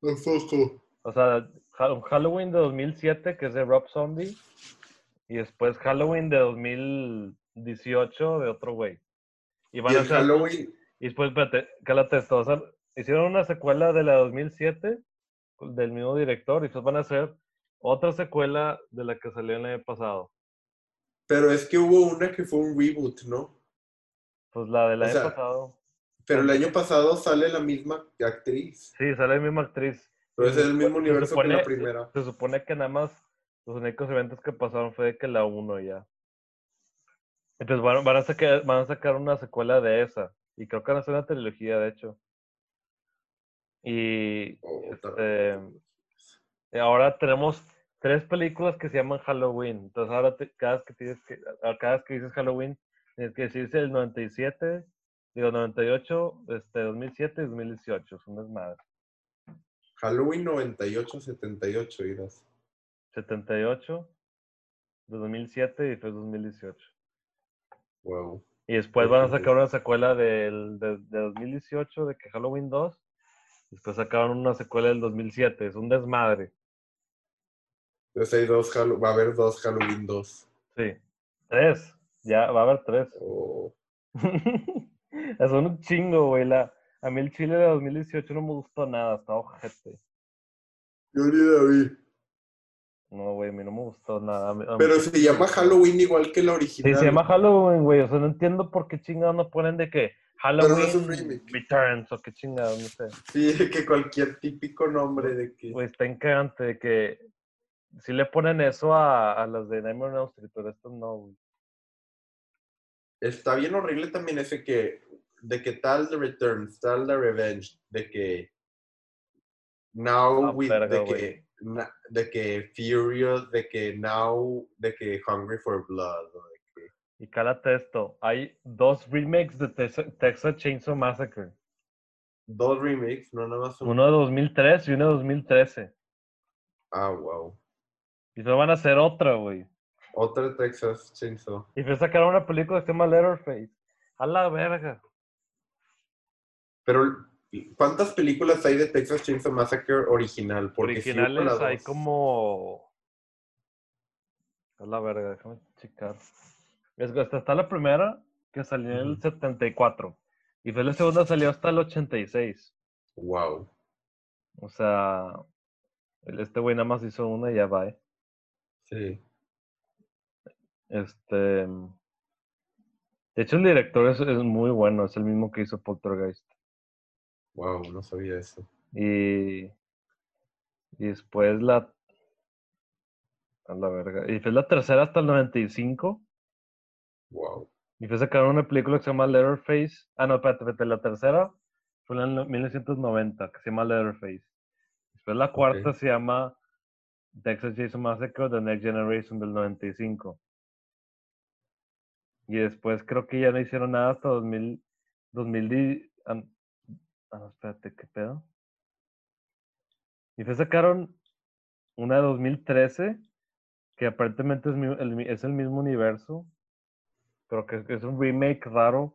A: Tampoco.
B: O sea, Ha- Halloween de 2007, que es de Rob Zombie. Y después Halloween de 2018 de otro güey. Y van
A: Y
B: a
A: el
B: hacer-
A: Halloween,
B: Y después, espérate, cálate esto. O sea, hicieron una secuela de la 2007 del mismo director y después van a hacer otra secuela de la que salió el año pasado.
A: pero es que hubo una que fue un reboot, ¿no?
B: Pues la del
A: O
B: año
A: sea-
B: pasado.
A: Pero el año pasado sale la misma actriz.
B: Sí, sale la misma actriz.
A: Pero es
B: Se
A: el mismo
B: supo- se
A: universo que la
B: supone-
A: primera.
B: Se supone que nada más los únicos eventos que pasaron fue de que la 1 ya. Entonces van, van a sacar, van a sacar una secuela de esa. Y creo que van a hacer una trilogía, de hecho. Y
A: Oh, ta-
B: eh, Y ahora tenemos tres películas que se llaman Halloween. Entonces ahora te- cada, vez que tienes que, a- cada vez que dices Halloween, tienes que decirse el 97, digo 98, este, 2007 y 2018. Es un desmadre.
A: Halloween 98, 78, irás.
B: 78, 2007 y después 2018.
A: Wow.
B: Y después van a
A: Ujú.
B: sacar una secuela del, de, de 2018, de que Halloween 2. Después sacaron una secuela del 2007. Es un desmadre.
A: Entonces hay dos Hallo- va a haber dos Halloween 2.
B: Sí. Tres. Ya va a haber tres.
A: Oh,
B: Es un chingo, güey. La, a mí el Chile de 2018 no me gustó nada, está ojete.
A: Yo ni la vi.
B: No, güey, a mí no me gustó nada. a mí- a mí-
A: Pero se llama Halloween igual que la
B: Sí,
A: original.
B: se llama Halloween, güey. O sea, no entiendo por qué chingados no ponen de que
A: no
B: Halloween
A: es un remake.
B: Returns o qué chingados, no sé.
A: Sí, que cualquier típico nombre de que.
B: Güey, está encagante de que si le ponen eso a, a las de Nightmare on Elm Street, pero estos no, güey.
A: Está bien horrible también ese que. De que tal The Returns, tal The Revenge, de que. Now
B: Ah,
A: with.
B: verga,
A: de,
B: güey.
A: que, na- de que Furious, de que Now. De que Hungry for Blood. o de que-
B: Y cálate esto. Hay dos remakes de Tex- Texas Chainsaw Massacre.
A: dos remakes, no nada más uno.
B: Uno de 2003 y uno de 2013.
A: Ah, wow.
B: Y se van a hacer otra, güey.
A: Otra Texas Chainsaw.
B: Y fue a sacar una película que se llama Letterface. A la verga.
A: Pero, ¿cuántas películas hay de Texas Chainsaw Massacre original? Porque sí hubo
B: Originales
A: la
B: hay
A: dos.
B: como. A la verga, déjame checar. Es que hasta está la primera que salió en el
A: Ujú.
B: 74. Y fue la segunda salió hasta el 86.
A: Wow.
B: O sea, el- este güey nada más hizo una y ya va. ¿eh?
A: Sí.
B: Este. De hecho, el director es, es muy bueno. Es el mismo que hizo Poltergeist.
A: Wow, no sabía eso.
B: Y, y después la... A la verga. Y fue la tercera hasta el 95.
A: Wow.
B: Y fue sacaron una película que se llama Letterface. Ah, no, espérate, espérate, La tercera fue en el no- 1990, que se llama Letterface. Después la cuarta se llama Texas Jason Massacre, The Next Generation del 95. Y después creo que ya no hicieron nada hasta 2000... 2000 y- ah, ah, no, espérate, ¿qué pedo? Y fue sacaron una de 2013, que aparentemente es, mi- el mi- es el mismo universo, pero que que es un remake raro.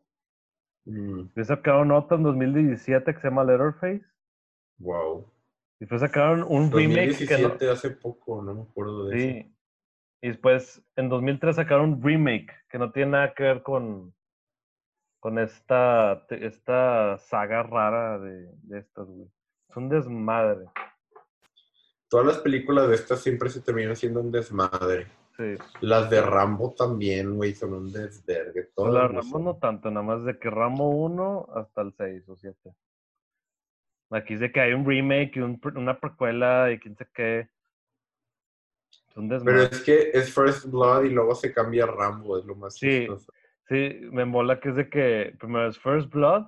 A: Mm,
B: Después sacaron otra en 2017 que se llama Letterface.
A: wow.
B: Y Después sacaron un remake que no...
A: 2017, hace poco, no me acuerdo de eso.
B: Sí. Y después en 2003 sacaron un remake que no tiene nada que ver con con esta te- esta saga rara de, de estas, güey. Es un desmadre.
A: Todas las películas de estas siempre se terminan siendo un desmadre.
B: Sí.
A: Las de Rambo también, güey, son un desvergue. Todas
B: La
A: lo
B: Rambo
A: son.
B: no tanto, nada más de que Ramo 1 hasta el 6 o 7. Aquí dice que hay un remake y un pre- una precuela y quién sé qué. Es un desmadre.
A: Pero es que es First Blood y luego se cambia a Rambo, es lo más
B: Sí. Sí, me mola que es de que primero es First Blood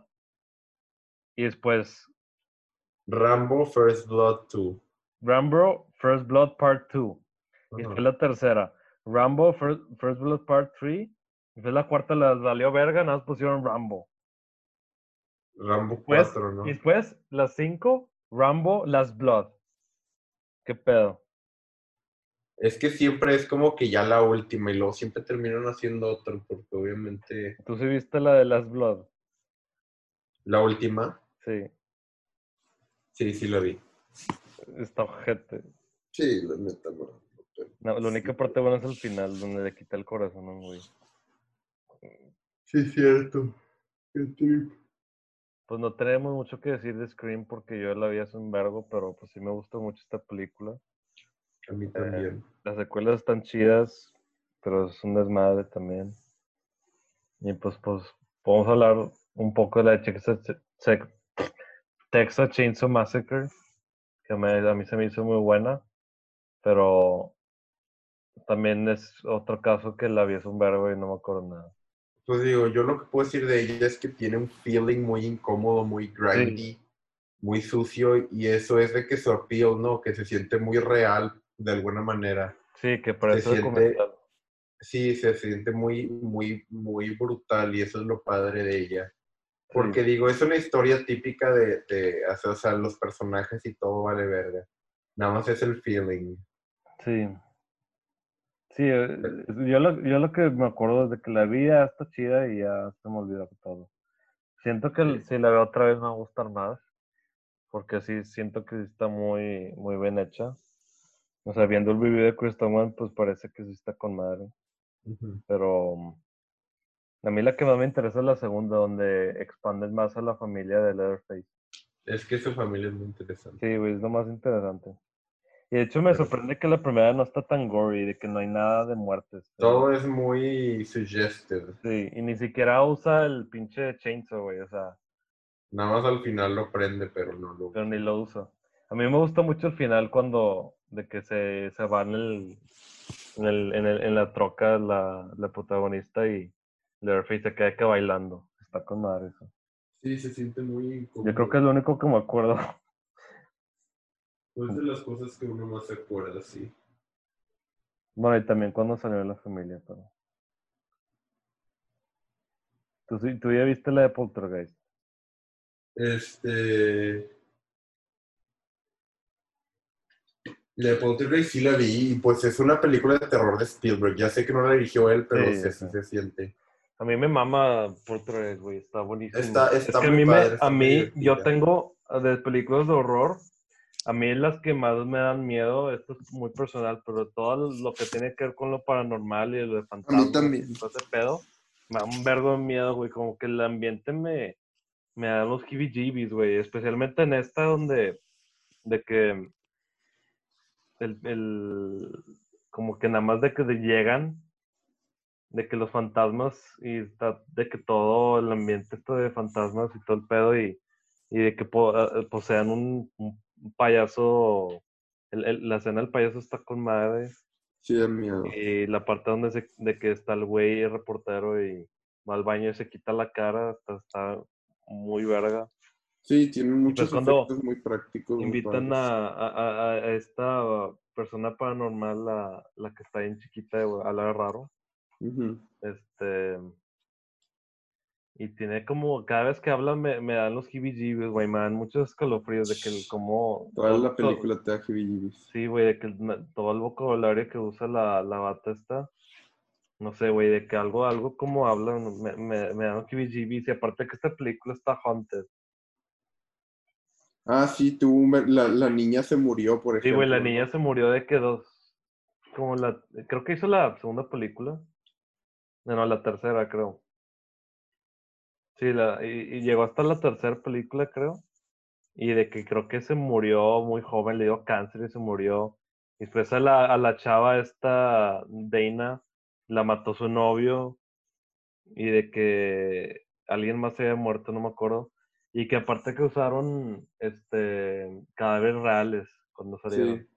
B: y después
A: Rambo First Blood 2.
B: Rambo First Blood Part 2. Y
A: Ajá.
B: después la tercera, Rambo First, First Blood Part 3. Y después la cuarta las valió verga, nada más pusieron Rambo.
A: Rambo
B: Pues,
A: 4, ¿no?
B: Y después las cinco, Rambo Las Blood. ¿Qué pedo?
A: Es que siempre es como que ya la última y luego siempre terminan haciendo otro, porque obviamente
B: ¿Tú sí viste la de Las Blood?
A: la última,
B: Sí,
A: sí, sí la vi.
B: está ojete.
A: Sí, la neta, no.
B: No, la única
A: Sí.
B: parte buena es el final, donde le quita el corazón a un güey.
A: Sí, cierto.
B: Pues no tenemos mucho que decir de Scream porque yo la vi hace un vergo, pero pues sí me gustó mucho esta película.
A: A mí también.
B: Las secuelas están chidas, pero es un desmadre también. Y pues, pues, podemos hablar un poco de la Texas, Tex- Texas Chainsaw Massacre, que me- a mí se me hizo muy buena, pero también es otro caso que la vi hace un vergo y no me acuerdo nada.
A: Pues digo, yo lo que puedo decir de ella es que tiene un feeling muy incómodo, muy grindy, muy sucio, y eso es de que su appeal, ¿no? Que se siente muy real de alguna manera.
B: Sí, que parece
A: siente-
B: documental.
A: Sí, se siente muy, muy, muy brutal, y eso es lo padre de ella.
B: Sí.
A: Porque digo, es una historia típica de, de o sea, o sea, los personajes y todo vale verga. Nada más es el feeling.
B: Sí. Sí, eh, yo lo, yo lo que me acuerdo desde que la vi ya está chida y ya se me olvidó todo. Siento que el-
A: Sí.
B: si la veo otra vez me va a gustar más, porque sí, siento que sí está muy, muy bien hecha. O sea, viendo el video de Christopher, pues parece que sí está con madre. Pero um, a mí la que más me interesa es la segunda, donde expanden más a la familia de Leatherface.
A: Es que su familia es muy interesante.
B: Sí, güey, es lo más interesante. Y de hecho me
A: Pero-
B: sorprende que la primera no está tan gory, de que no hay nada de muertes.
A: Todo es muy suggestive.
B: Sí, y ni siquiera usa el pinche chainsaw, güey, o sea,
A: Nada más al final lo prende, pero no lo...
B: pero ni lo usa. A mí me gusta mucho el final cuando de que se, se va en el en, el, en, el- en la troca la, la protagonista y Leatherface se queda que bailando. Está con madre eso.
A: Sí, se siente muy incómodo.
B: Yo creo que es lo único que me acuerdo.
A: es de las cosas que uno más se acuerda, sí.
B: Bueno, y también cuando salió la familia, pero. ¿Tú, sí- tú ya viste la de Poltergeist?
A: Este... La de Poltergeist sí la vi, y pues es una película de terror de Spielberg. Ya sé que no la dirigió él, pero
B: Sí,
A: sí,
B: sí.
A: así se siente.
B: A mí me mama Poltergeist, güey, está buenísimo.
A: Está- está
B: es que a
A: muy
B: mí, me-
A: padre, está
B: a
A: muy
B: mí yo
A: divertida.
B: tengo ah, de películas de horror, a mí las que más me dan miedo, esto es muy personal, pero todo lo que tiene que ver con lo paranormal y lo de fantasmas,
A: también.
B: y todo ese pedo, me da un vergo de miedo, güey, como que el ambiente me, me da los jibijibis, güey, especialmente en esta donde, de que el, el como que nada más de que de- llegan de que los fantasmas y está- de que todo el ambiente está de fantasmas y todo el pedo y, y de que po- eh, posean un, un payaso el- el- la escena del payaso está con madre
A: Sí, da miedo.
B: y la parte donde se, de que está el güey el reportero y va al baño y se quita la cara está, está muy verga
A: Sí, tienen muchos
B: Pues, cuando
A: efectos muy prácticos. muy
B: invitan
A: padres.
B: a, a- a- a esta persona paranormal la, la que está bien chiquita güey, habla raro
A: Ujú.
B: Este. Y tiene como. Cada vez que habla me, me dan los jibijibes, güey. Me dan muchos escalofríos de que el cómo.
A: Toda
B: todo-
A: la
B: todo-
A: película te da jibijibis.
B: Sí, güey, de que el na- todo el vocabulario que usa la, la bata está. No sé, güey, de que algo, algo como habla no, me, me, me dan jibijibes. Y aparte que esta película está haunted.
A: Ah, sí, tuvo un ver- la, la niña se murió, por
B: Sí,
A: ejemplo.
B: güey, la
A: ¿no?
B: niña se murió de que dos. Como la. Creo que hizo la segunda película. No, no, la tercera, creo. Sí, la, y, y llegó hasta la tercera película, creo. Y de que creo que se murió muy joven, le dio cáncer y se murió. Y después a la, a la chava esta, Dana, la mató su novio. Y de que alguien más se había muerto, no me acuerdo. Y que aparte que usaron este cadáveres reales cuando salieron.
A: Sí.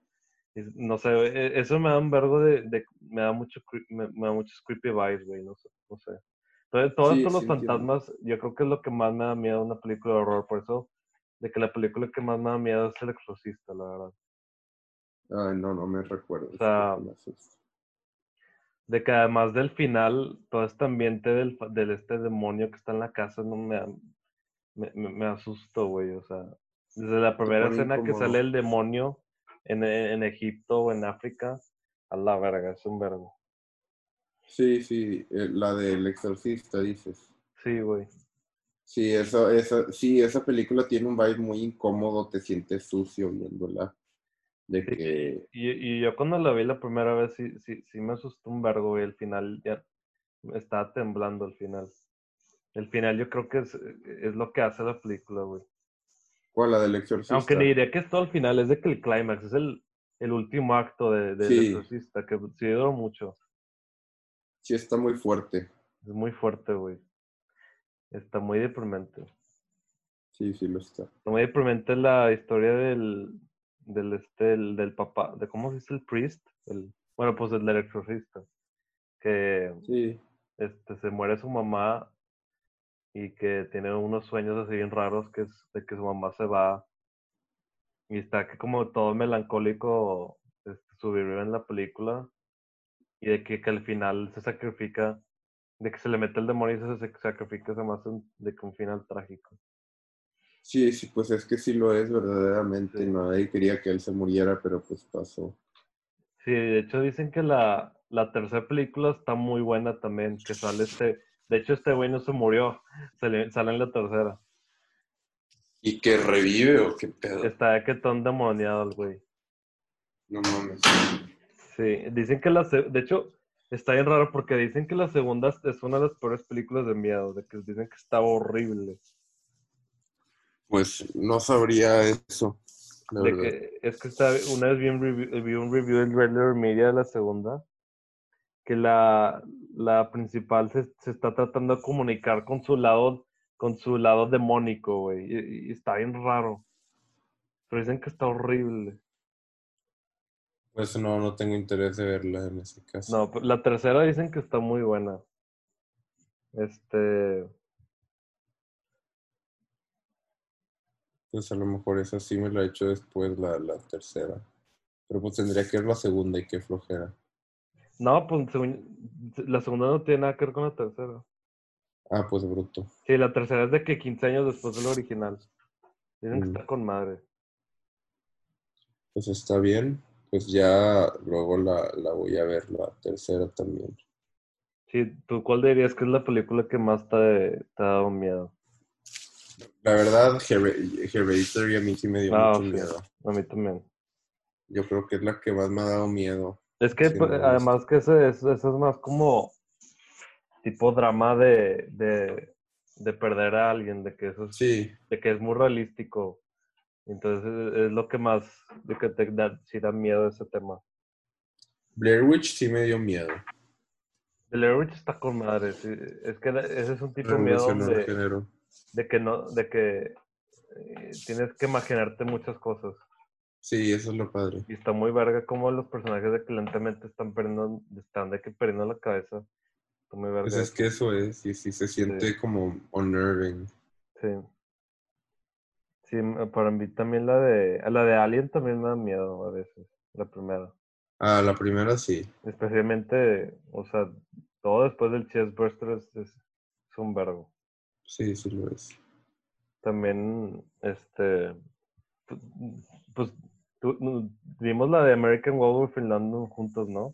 B: Es- No sé, güey, e- eso me da un vergo de, de- me da mucho cre- me, me da muchos creepy vibes, güey, no sé, no sé. Entonces, todos
A: Sí,
B: estos los
A: sí entiendo.
B: fantasmas, yo creo que es lo que más me da miedo de una película de horror, por eso de que la película que más me da miedo es El Exorcista, la verdad.
A: Ay, no, no me recuerdo. Este,
B: O sea, De que además del final, todo este ambiente del, fa- del este demonio que está en la casa, no me, da- me, me, me asusto, güey. O sea, desde la primera
A: pone
B: escena que
A: incómodo.
B: sale el demonio en, en, en Egipto o en África, a la verga, es un vergo.
A: Sí, sí, eh, la del exorcista, dices.
B: Sí, güey.
A: Sí, eso, eso, sí, esa película tiene un vibe muy incómodo, te sientes sucio viéndola. De
B: Sí.
A: que,
B: Y, y yo cuando la vi la primera vez, sí, sí, sí me asustó un vergo, güey. El final ya me estaba temblando al final. El final yo creo que es, es lo que hace la película, güey.
A: ¿cuál? La del exorcista.
B: Aunque le diría que es todo al final, es de que el clímax es el, el último acto de, de El
A: Sí.
B: Exorcista, que sí duró mucho.
A: Sí, está muy fuerte.
B: Es muy fuerte, güey. Está muy deprimente.
A: Sí, sí, lo está.
B: Está muy deprimente la historia del, del, este, el- del papá, de cómo se dice el priest, el, bueno, pues el del exorcista, que
A: Sí,
B: este, se muere su mamá y que tiene unos sueños así bien raros que es de que su mamá se va y está que como todo melancólico este, su vivir en la película y de que, que al final se sacrifica de que se le mete el demonio y se sac- sacrifica se me hace un- de que un final trágico
A: sí, sí, pues es que sí lo es verdaderamente.
B: Sí.
A: Nadie quería que él se muriera, pero pues pasó.
B: sí de hecho dicen que la, la tercera película está muy buena también que sale este de hecho este güey no se murió sale, sale en la tercera
A: ¿Y que revive o qué pedo?
B: está de que tan demoniado el güey
A: No mames.
B: Sí, dicen que la se- de hecho está bien raro porque dicen que la segunda es una de las peores películas de miedo, de que dicen que está horrible,
A: Pues no sabría eso. la
B: de
A: verdad.
B: que es que está una vez vi un review, vi un review del trailer media de la segunda que la, la principal se, se está tratando de comunicar con su lado con su lado demónico, güey, y, y está bien raro. Pero dicen que está horrible.
A: Pues no, no tengo interés de verla en ese caso.
B: No, pero la tercera dicen que está muy buena. Este,
A: Pues a lo mejor esa sí me la he hecho después, la, la tercera. Pero pues tendría que ver la segunda y qué flojera.
B: No, pues según- la segunda no tiene nada que ver con la tercera.
A: Ah, pues bruto.
B: Sí, la tercera es de que 15 años después del original. Dicen que
A: Mm.
B: está con madre.
A: Pues está bien. Pues ya luego la, la voy a ver, la tercera también.
B: Sí, ¿tú cuál dirías que es la película que más te, te ha dado miedo?
A: La verdad, Here- Hereditary a mí sí me dio
B: Ah,
A: mucho
B: sí.
A: miedo.
B: A mí también.
A: Yo creo que es la que más me ha dado miedo.
B: Es que
A: Sí,
B: pues,
A: me gusta.
B: además que ese, ese- ese es más como tipo drama de, de, de perder a alguien, de que eso es,
A: Sí,
B: de que es muy realístico. Entonces es lo que más, de que te da, sí da miedo ese tema.
A: Blair Witch sí me dio miedo.
B: Blair Witch está con madre, sí. Es que la- ese es un tipo de miedo
A: Revolucionó el
B: de,
A: género.
B: de que no, de que eh, tienes que imaginarte muchas cosas.
A: Sí, eso es lo padre.
B: Y está muy verga como los personajes de que lentamente están perdiendo, están de que perdiendo la cabeza. Está muy verga.
A: Pues es que eso es, y sí se siente como unnerving.
B: Sí. Sí, m- para mí también la de, a la de Alien también me da miedo a veces, la primera.
A: Ah, la primera sí.
B: Especialmente, o sea, todo después del chestburster es, es, es un vergo.
A: Sí, sí lo es.
B: también, este, pu- pues, tú- nu- vimos la de American Werewolf in London juntos, ¿no?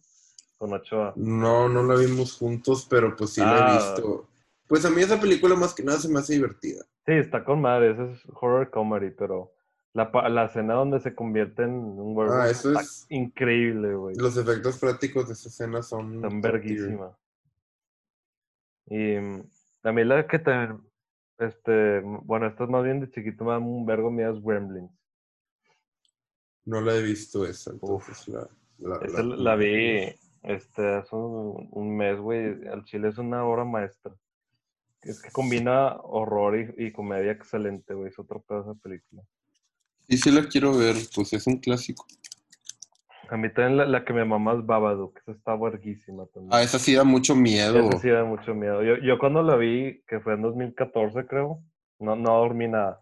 B: Con Ochoa.
A: No, no la vimos juntos, pero pues sí la he
B: Ah.
A: visto. Pues a mí esa película más que nada se me hace divertida.
B: Sí, está con madre, eso es horror comedy, pero la, pa- la escena donde se convierte en un werewolf
A: Ah, eso
B: está
A: es-
B: increíble, güey.
A: Los efectos prácticos de esa escena son...
B: Tan
A: top tier.
B: verguísima. Y mm, a mí la que también, este, bueno, esta es más bien de chiquito, me da un vergo miedo es Gremlins.
A: No la he visto esa, entonces la... La,
B: Esa la, la vi este, hace un, un mes, güey. Al chile es una obra maestra. Es que combina horror y, y comedia excelente, güey. Es otro pedazo de película.
A: Y sí la quiero ver, pues es un clásico.
B: A mí también la, la que me mamá es Babadook. Esa está verguísima también.
A: Ah, esa sí da mucho miedo.
B: Eso sí da mucho miedo. Yo, yo cuando la vi, que fue en 2014 creo, no, no dormí nada.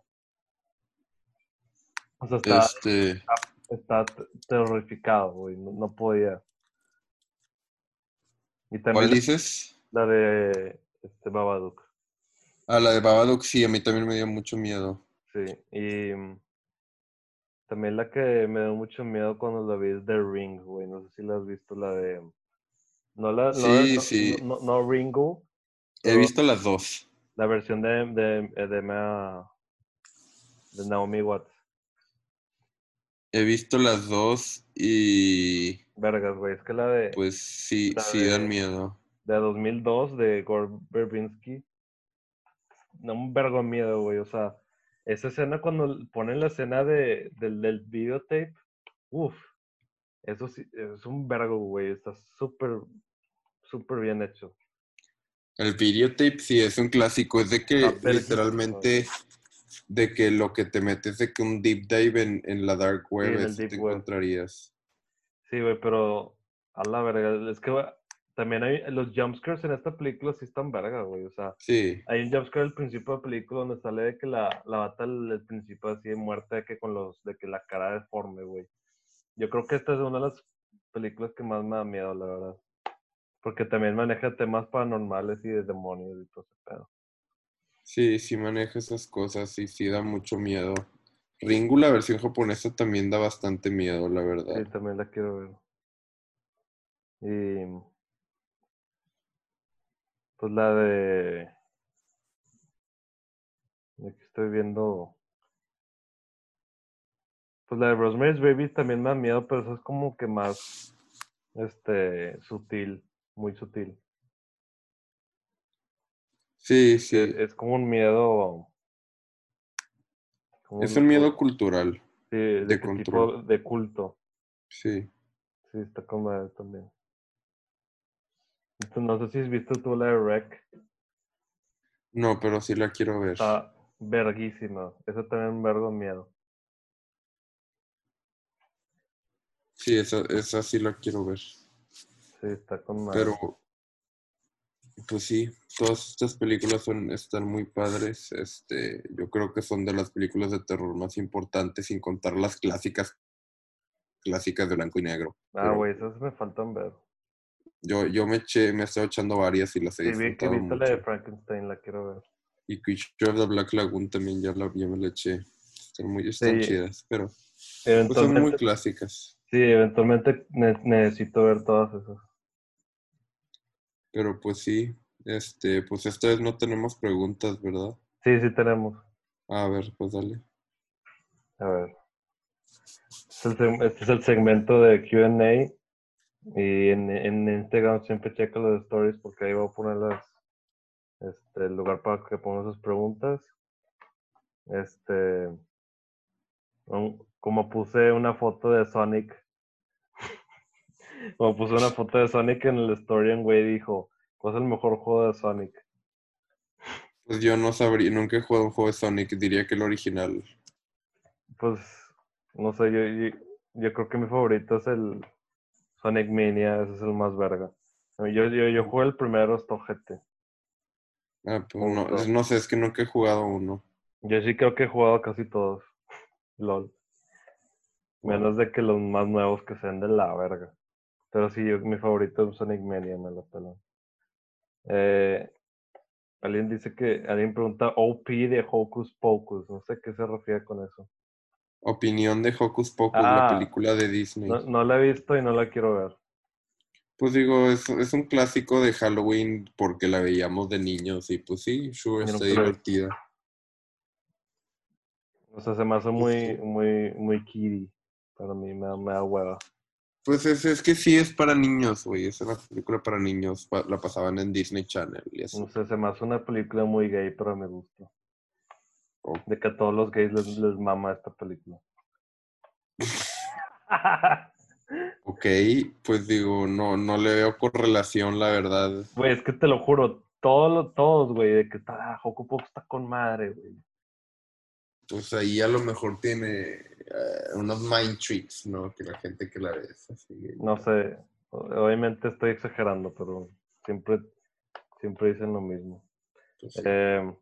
B: O sea, estaba,
A: Este,
B: estaba te- terrorificado, güey. No, no podía. Y
A: ¿cuál
B: también
A: dices?
B: la de este, Babadook.
A: Ah, la de Babadook, sí, a mí también me dio mucho miedo.
B: Sí. Y mm, también la que me dio mucho miedo cuando la vi es The Ring, güey. No sé si la has visto, la de... mm, No la... no-
A: Sí,
B: no,
A: sí.
B: No, no Ringo.
A: He
B: pero-
A: visto las dos.
B: La versión de, de, de, Ma- de Naomi Watts.
A: He visto las dos y
B: Vergas, güey. Es que la de,
A: pues sí,
B: La
A: sí
B: de-
A: dan miedo.
B: de 2002 de Gore Verbinski. No un vergo de miedo, güey. O sea, esa escena cuando ponen la escena de, del, del videotape. Uf. Eso sí, es un vergo, güey. Está súper, súper bien hecho.
A: El videotape sí es un clásico, es de que
B: Ah, pero-
A: literalmente de que lo que te metes de que un deep dive en, en la dark
B: en
A: web
B: el
A: eso
B: deep
A: te
B: web.
A: encontrarías.
B: Sí, güey, pero a la verga. Es que güey, también hay los jumpscares en esta película sí están verga, güey. O sea,
A: Sí,
B: Hay un jumpscare al principio de la película donde sale de que la, la bata al al principio así de muerta, de que con los, de que la cara deforme, güey. Yo creo que esta es una de las películas que más me da miedo, la verdad. Porque también maneja temas paranormales y de demonios y todo ese pedo.
A: sí, sí maneja esas cosas y sí da mucho miedo. Ringu, la versión japonesa, también da bastante miedo, la
B: Sí,
A: verdad.
B: también la quiero ver. Y. Pues la de. de que estoy viendo. Pues la de Rosemary's Baby también me da miedo, pero eso es como que más. Este. sutil. Muy sutil.
A: Sí, sí.
B: Es como un miedo. como
A: Es un miedo cultural,
B: sí, de,
A: de
B: que tipo
A: control.
B: de culto.
A: sí.
B: Sí, está con madre también. Esto No sé si has visto tú la de Rec.
A: No, pero sí la quiero ver.
B: Está verguísima. Eso también me vergo de miedo.
A: Sí, esa, esa sí la quiero ver.
B: Sí, está con madre.
A: Pero, pues sí, todas estas películas son, están muy padres. Este, yo creo que son de las películas de terror más importantes, sin contar las clásicas, clásicas de blanco y negro.
B: ah,
A: Pero
B: güey, esas me faltan ver.
A: Yo, yo me eché, me he estado echando varias y las he
B: Sí, vi que
A: disfrutado
B: viste la de
A: mucho.
B: Frankenstein, la quiero ver.
A: Y Creature of the Black Lagoon también ya, la, ya me la eché. Están muy, están
B: Sí.
A: chidas, pero pues son
B: Eventualmente,
A: muy clásicas.
B: sí, eventualmente ne- necesito ver todas esas.
A: Pero pues sí, este, pues esta vez no tenemos preguntas, ¿verdad?
B: Sí, sí tenemos.
A: A ver, pues dale.
B: A ver. Este es el, seg- este es el segmento de Q&A. Y en, en Instagram siempre checa los stories porque ahí voy a poner las, este, el lugar para que pongan sus preguntas. Este, un- como puse una foto de Sonic, como puse una foto de Sonic en el story, en güey dijo, ¿cuál es el mejor juego de Sonic?
A: Pues yo no sabría, nunca he jugado un juego de Sonic, diría que el original.
B: Pues, no sé, yo, yo, yo creo que mi favorito es el Sonic Mania, ese es el más verga. Yo, yo, yo jugué el primero, estojete.
A: Ah, pues no,
B: Punto.
A: no sé, es que nunca he jugado uno.
B: Yo sí creo que he jugado casi todos. LOL. Menos de que los más nuevos que sean de la verga. Pero sí, yo- mi favorito es Sonic Mania, me lo peló. Eh, alguien dice que, alguien pregunta OP de Hocus Pocus. No sé a qué se refiere con eso.
A: Opinión de Hocus Pocus,
B: Ah.
A: la película de Disney.
B: No, no la he visto y no la quiero ver.
A: Pues digo, es, es un clásico de Halloween porque la veíamos de niños y pues sí, sure,
B: Yo
A: está
B: nunca la vi.
A: divertida.
B: O sea, se me hace
A: Pues
B: muy,
A: sí.
B: muy, muy kiddie. Para mí me, da- me da hueva.
A: Pues es, es que sí es para niños, güey, es una película para niños, pa- la pasaban en Disney Channel y así.
B: No sé, se me hace una película muy gay, pero me gusta.
A: Oh.
B: De que a todos los gays les, les mama esta película.
A: Ok, pues digo, no, no le veo correlación, la verdad.
B: Güey, es que te lo juro, Todos, todos, güey, de que está, Joco Pop está con madre, güey.
A: Pues ahí a lo mejor tiene eh, unos mind tricks, ¿no? Que la gente que la ve es así.
B: No sé, obviamente estoy exagerando, pero siempre, siempre dicen lo mismo.
A: Pues sí.
B: Eh,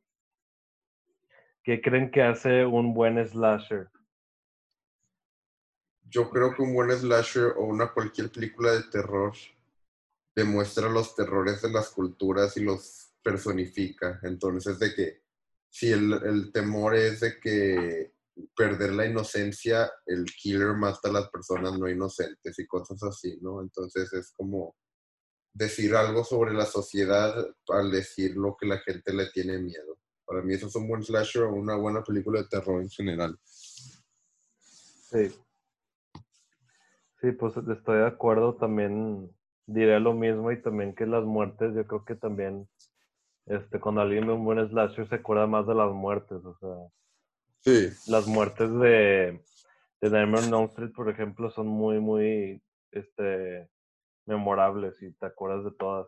B: ¿Qué creen que hace un buen slasher?
A: Yo creo que un buen slasher o una cualquier película de terror demuestra los terrores de las culturas y los personifica. Entonces, de que si el, el temor es de que perder la inocencia, el killer mata a las personas no inocentes y cosas así, ¿no? Entonces es como decir algo sobre la sociedad al decir lo que la gente le tiene miedo. Para mí eso es un buen slasher o una buena película de terror en general.
B: Sí. Sí, pues estoy de acuerdo también. Diré lo mismo y también que las muertes, yo creo que también, este, cuando alguien ve un buen slasher se acuerda más de las muertes, o sea,
A: Sí,
B: las muertes de, de Nightmare on Elm Street, por ejemplo, son muy, muy, este, memorables y te acuerdas de todas.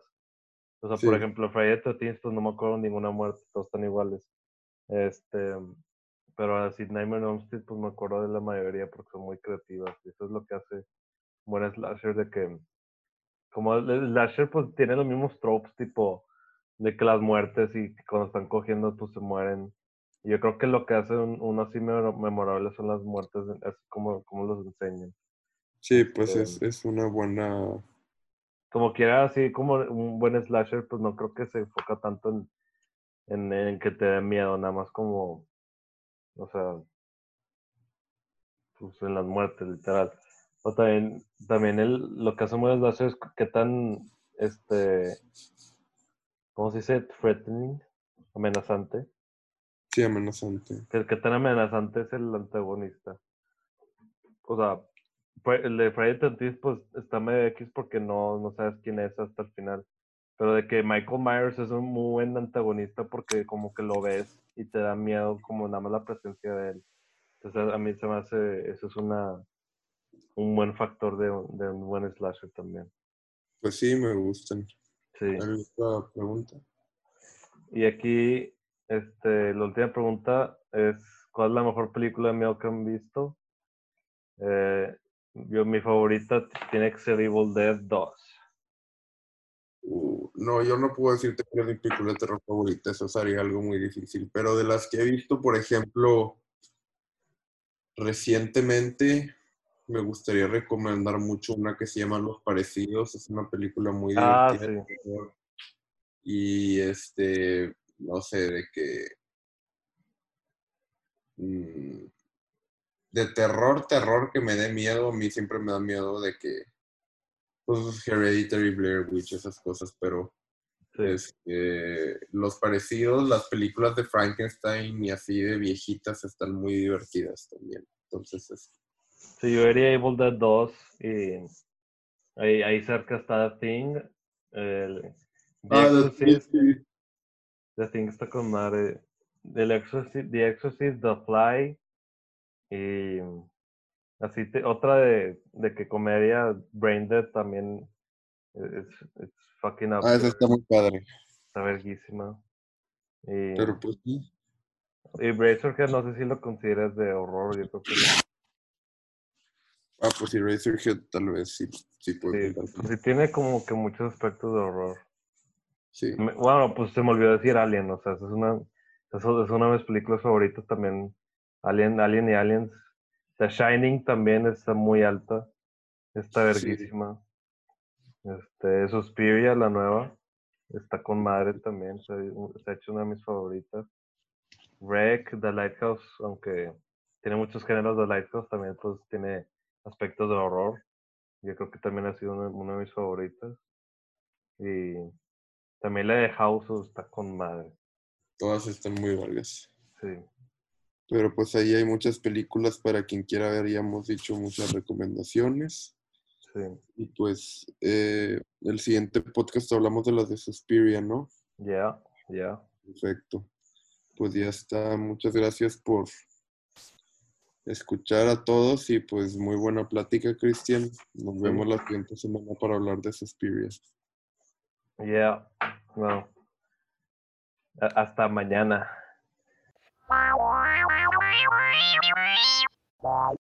B: O sea, por
A: Sí.
B: ejemplo, Friday the 13th, pues no me acuerdo ninguna muerte, todos están iguales. Este, pero así Nightmare on Elm Street, pues me acuerdo de la mayoría porque son muy creativas. Y eso es lo que hace un buen slasher de que, como el- el slasher, pues tiene los mismos tropes, tipo, de que las muertes y que cuando están cogiendo, pues se mueren. Y Yo creo que lo que hace un, uno así memor- memorable son las muertes, es como, como los enseñan.
A: sí, pues
B: Em.
A: es, es una buena
B: como quiera, así como un buen slasher, pues no creo que se enfoca tanto en, en, en que te dé miedo, nada más como, o sea, pues en las muertes, literal. O también, también el, lo que hace un buen slasher es qué tan, este, ¿cómo se dice? Threatening, amenazante.
A: Sí, amenazante.
B: ¿Qué, qué tan amenazante es el antagonista? O sea, fue- el de Friday Tentis, pues está medio X porque no, no sabes quién es hasta el final. Pero de que Michael Myers es un muy buen antagonista porque como que lo ves y te da miedo como nada más la presencia de él. Entonces a mí se me hace, eso es una un buen factor de, un- de un buen slasher también.
A: Pues sí, me gustan.
B: Sí.
A: ¿Alguna otra pregunta?
B: Y aquí, este, la última pregunta es, ¿cuál es la mejor película de miedo que han visto? Eh, yo, mi favorita tiene que ser Evil Dead 2.
A: Uh, no, yo no puedo decirte cuál es mi película de terror favorita, eso sería algo muy difícil. Pero de las que he visto, por ejemplo, recientemente me gustaría recomendar mucho una que se llama Los Parecidos. Es una película muy
B: Ah,
A: divertida. de terror. Y este, no sé, de que. mm, de terror, terror que me dé miedo. A mí siempre me da miedo de que. Pues Hereditary, Blair Witch, esas cosas, pero
B: Sí,
A: este, los parecidos, las películas de Frankenstein y así de viejitas están muy divertidas también. Entonces, es-
B: Sí, yo diría Evil Dead 2 y ahí, ahí cerca está The Thing. El, The
A: Ah, los-
B: Exorcist,
A: sí, sí.
B: The Thing está con madre. El Exorcist, The Exorcist, The Fly y así te- otra de, de que comedia Brain Dead también e, es it's fucking up
A: Ah, esa está muy padre.
B: está verguísima. Y,
A: Pero pues sí.
B: y Bracerhead no sé si lo consideras de horror, yo creo que no.
A: Ah, pues sí, Razorhead tal vez sí, sí puede
B: sí,
A: contar.
B: sí tiene como que muchos aspectos de horror.
A: Sí.
B: Me- Bueno, pues se me olvidó decir Alien, o sea, esa es una, eso es una de mis películas favoritas también. Alien, Alien y Aliens. The Shining también está muy alta. Está
A: Sí.
B: verguísima. Este, Suspiria, la nueva. Está con madre también. Se, se ha hecho una de mis favoritas. Wreck, The Lighthouse, aunque tiene muchos géneros de Lighthouse, también pues tiene aspectos de horror. Yo creo que también ha sido una, una de mis favoritas. Y también la de House está con madre.
A: Todas están muy valgas.
B: Sí.
A: Pero pues ahí hay muchas películas para quien quiera ver, ya hemos dicho muchas recomendaciones.
B: Sí,
A: Y pues eh, el siguiente podcast hablamos de las de Suspiria, ¿no?
B: ya, ya.
A: Perfecto. Pues ya está. Muchas gracias por escuchar a todos y pues muy buena plática, Cristian. Nos vemos la siguiente semana para hablar de Suspiria.
B: Ya. No. A- Hasta mañana.
C: Wow, wow, wow, wow, wow, wow, wow.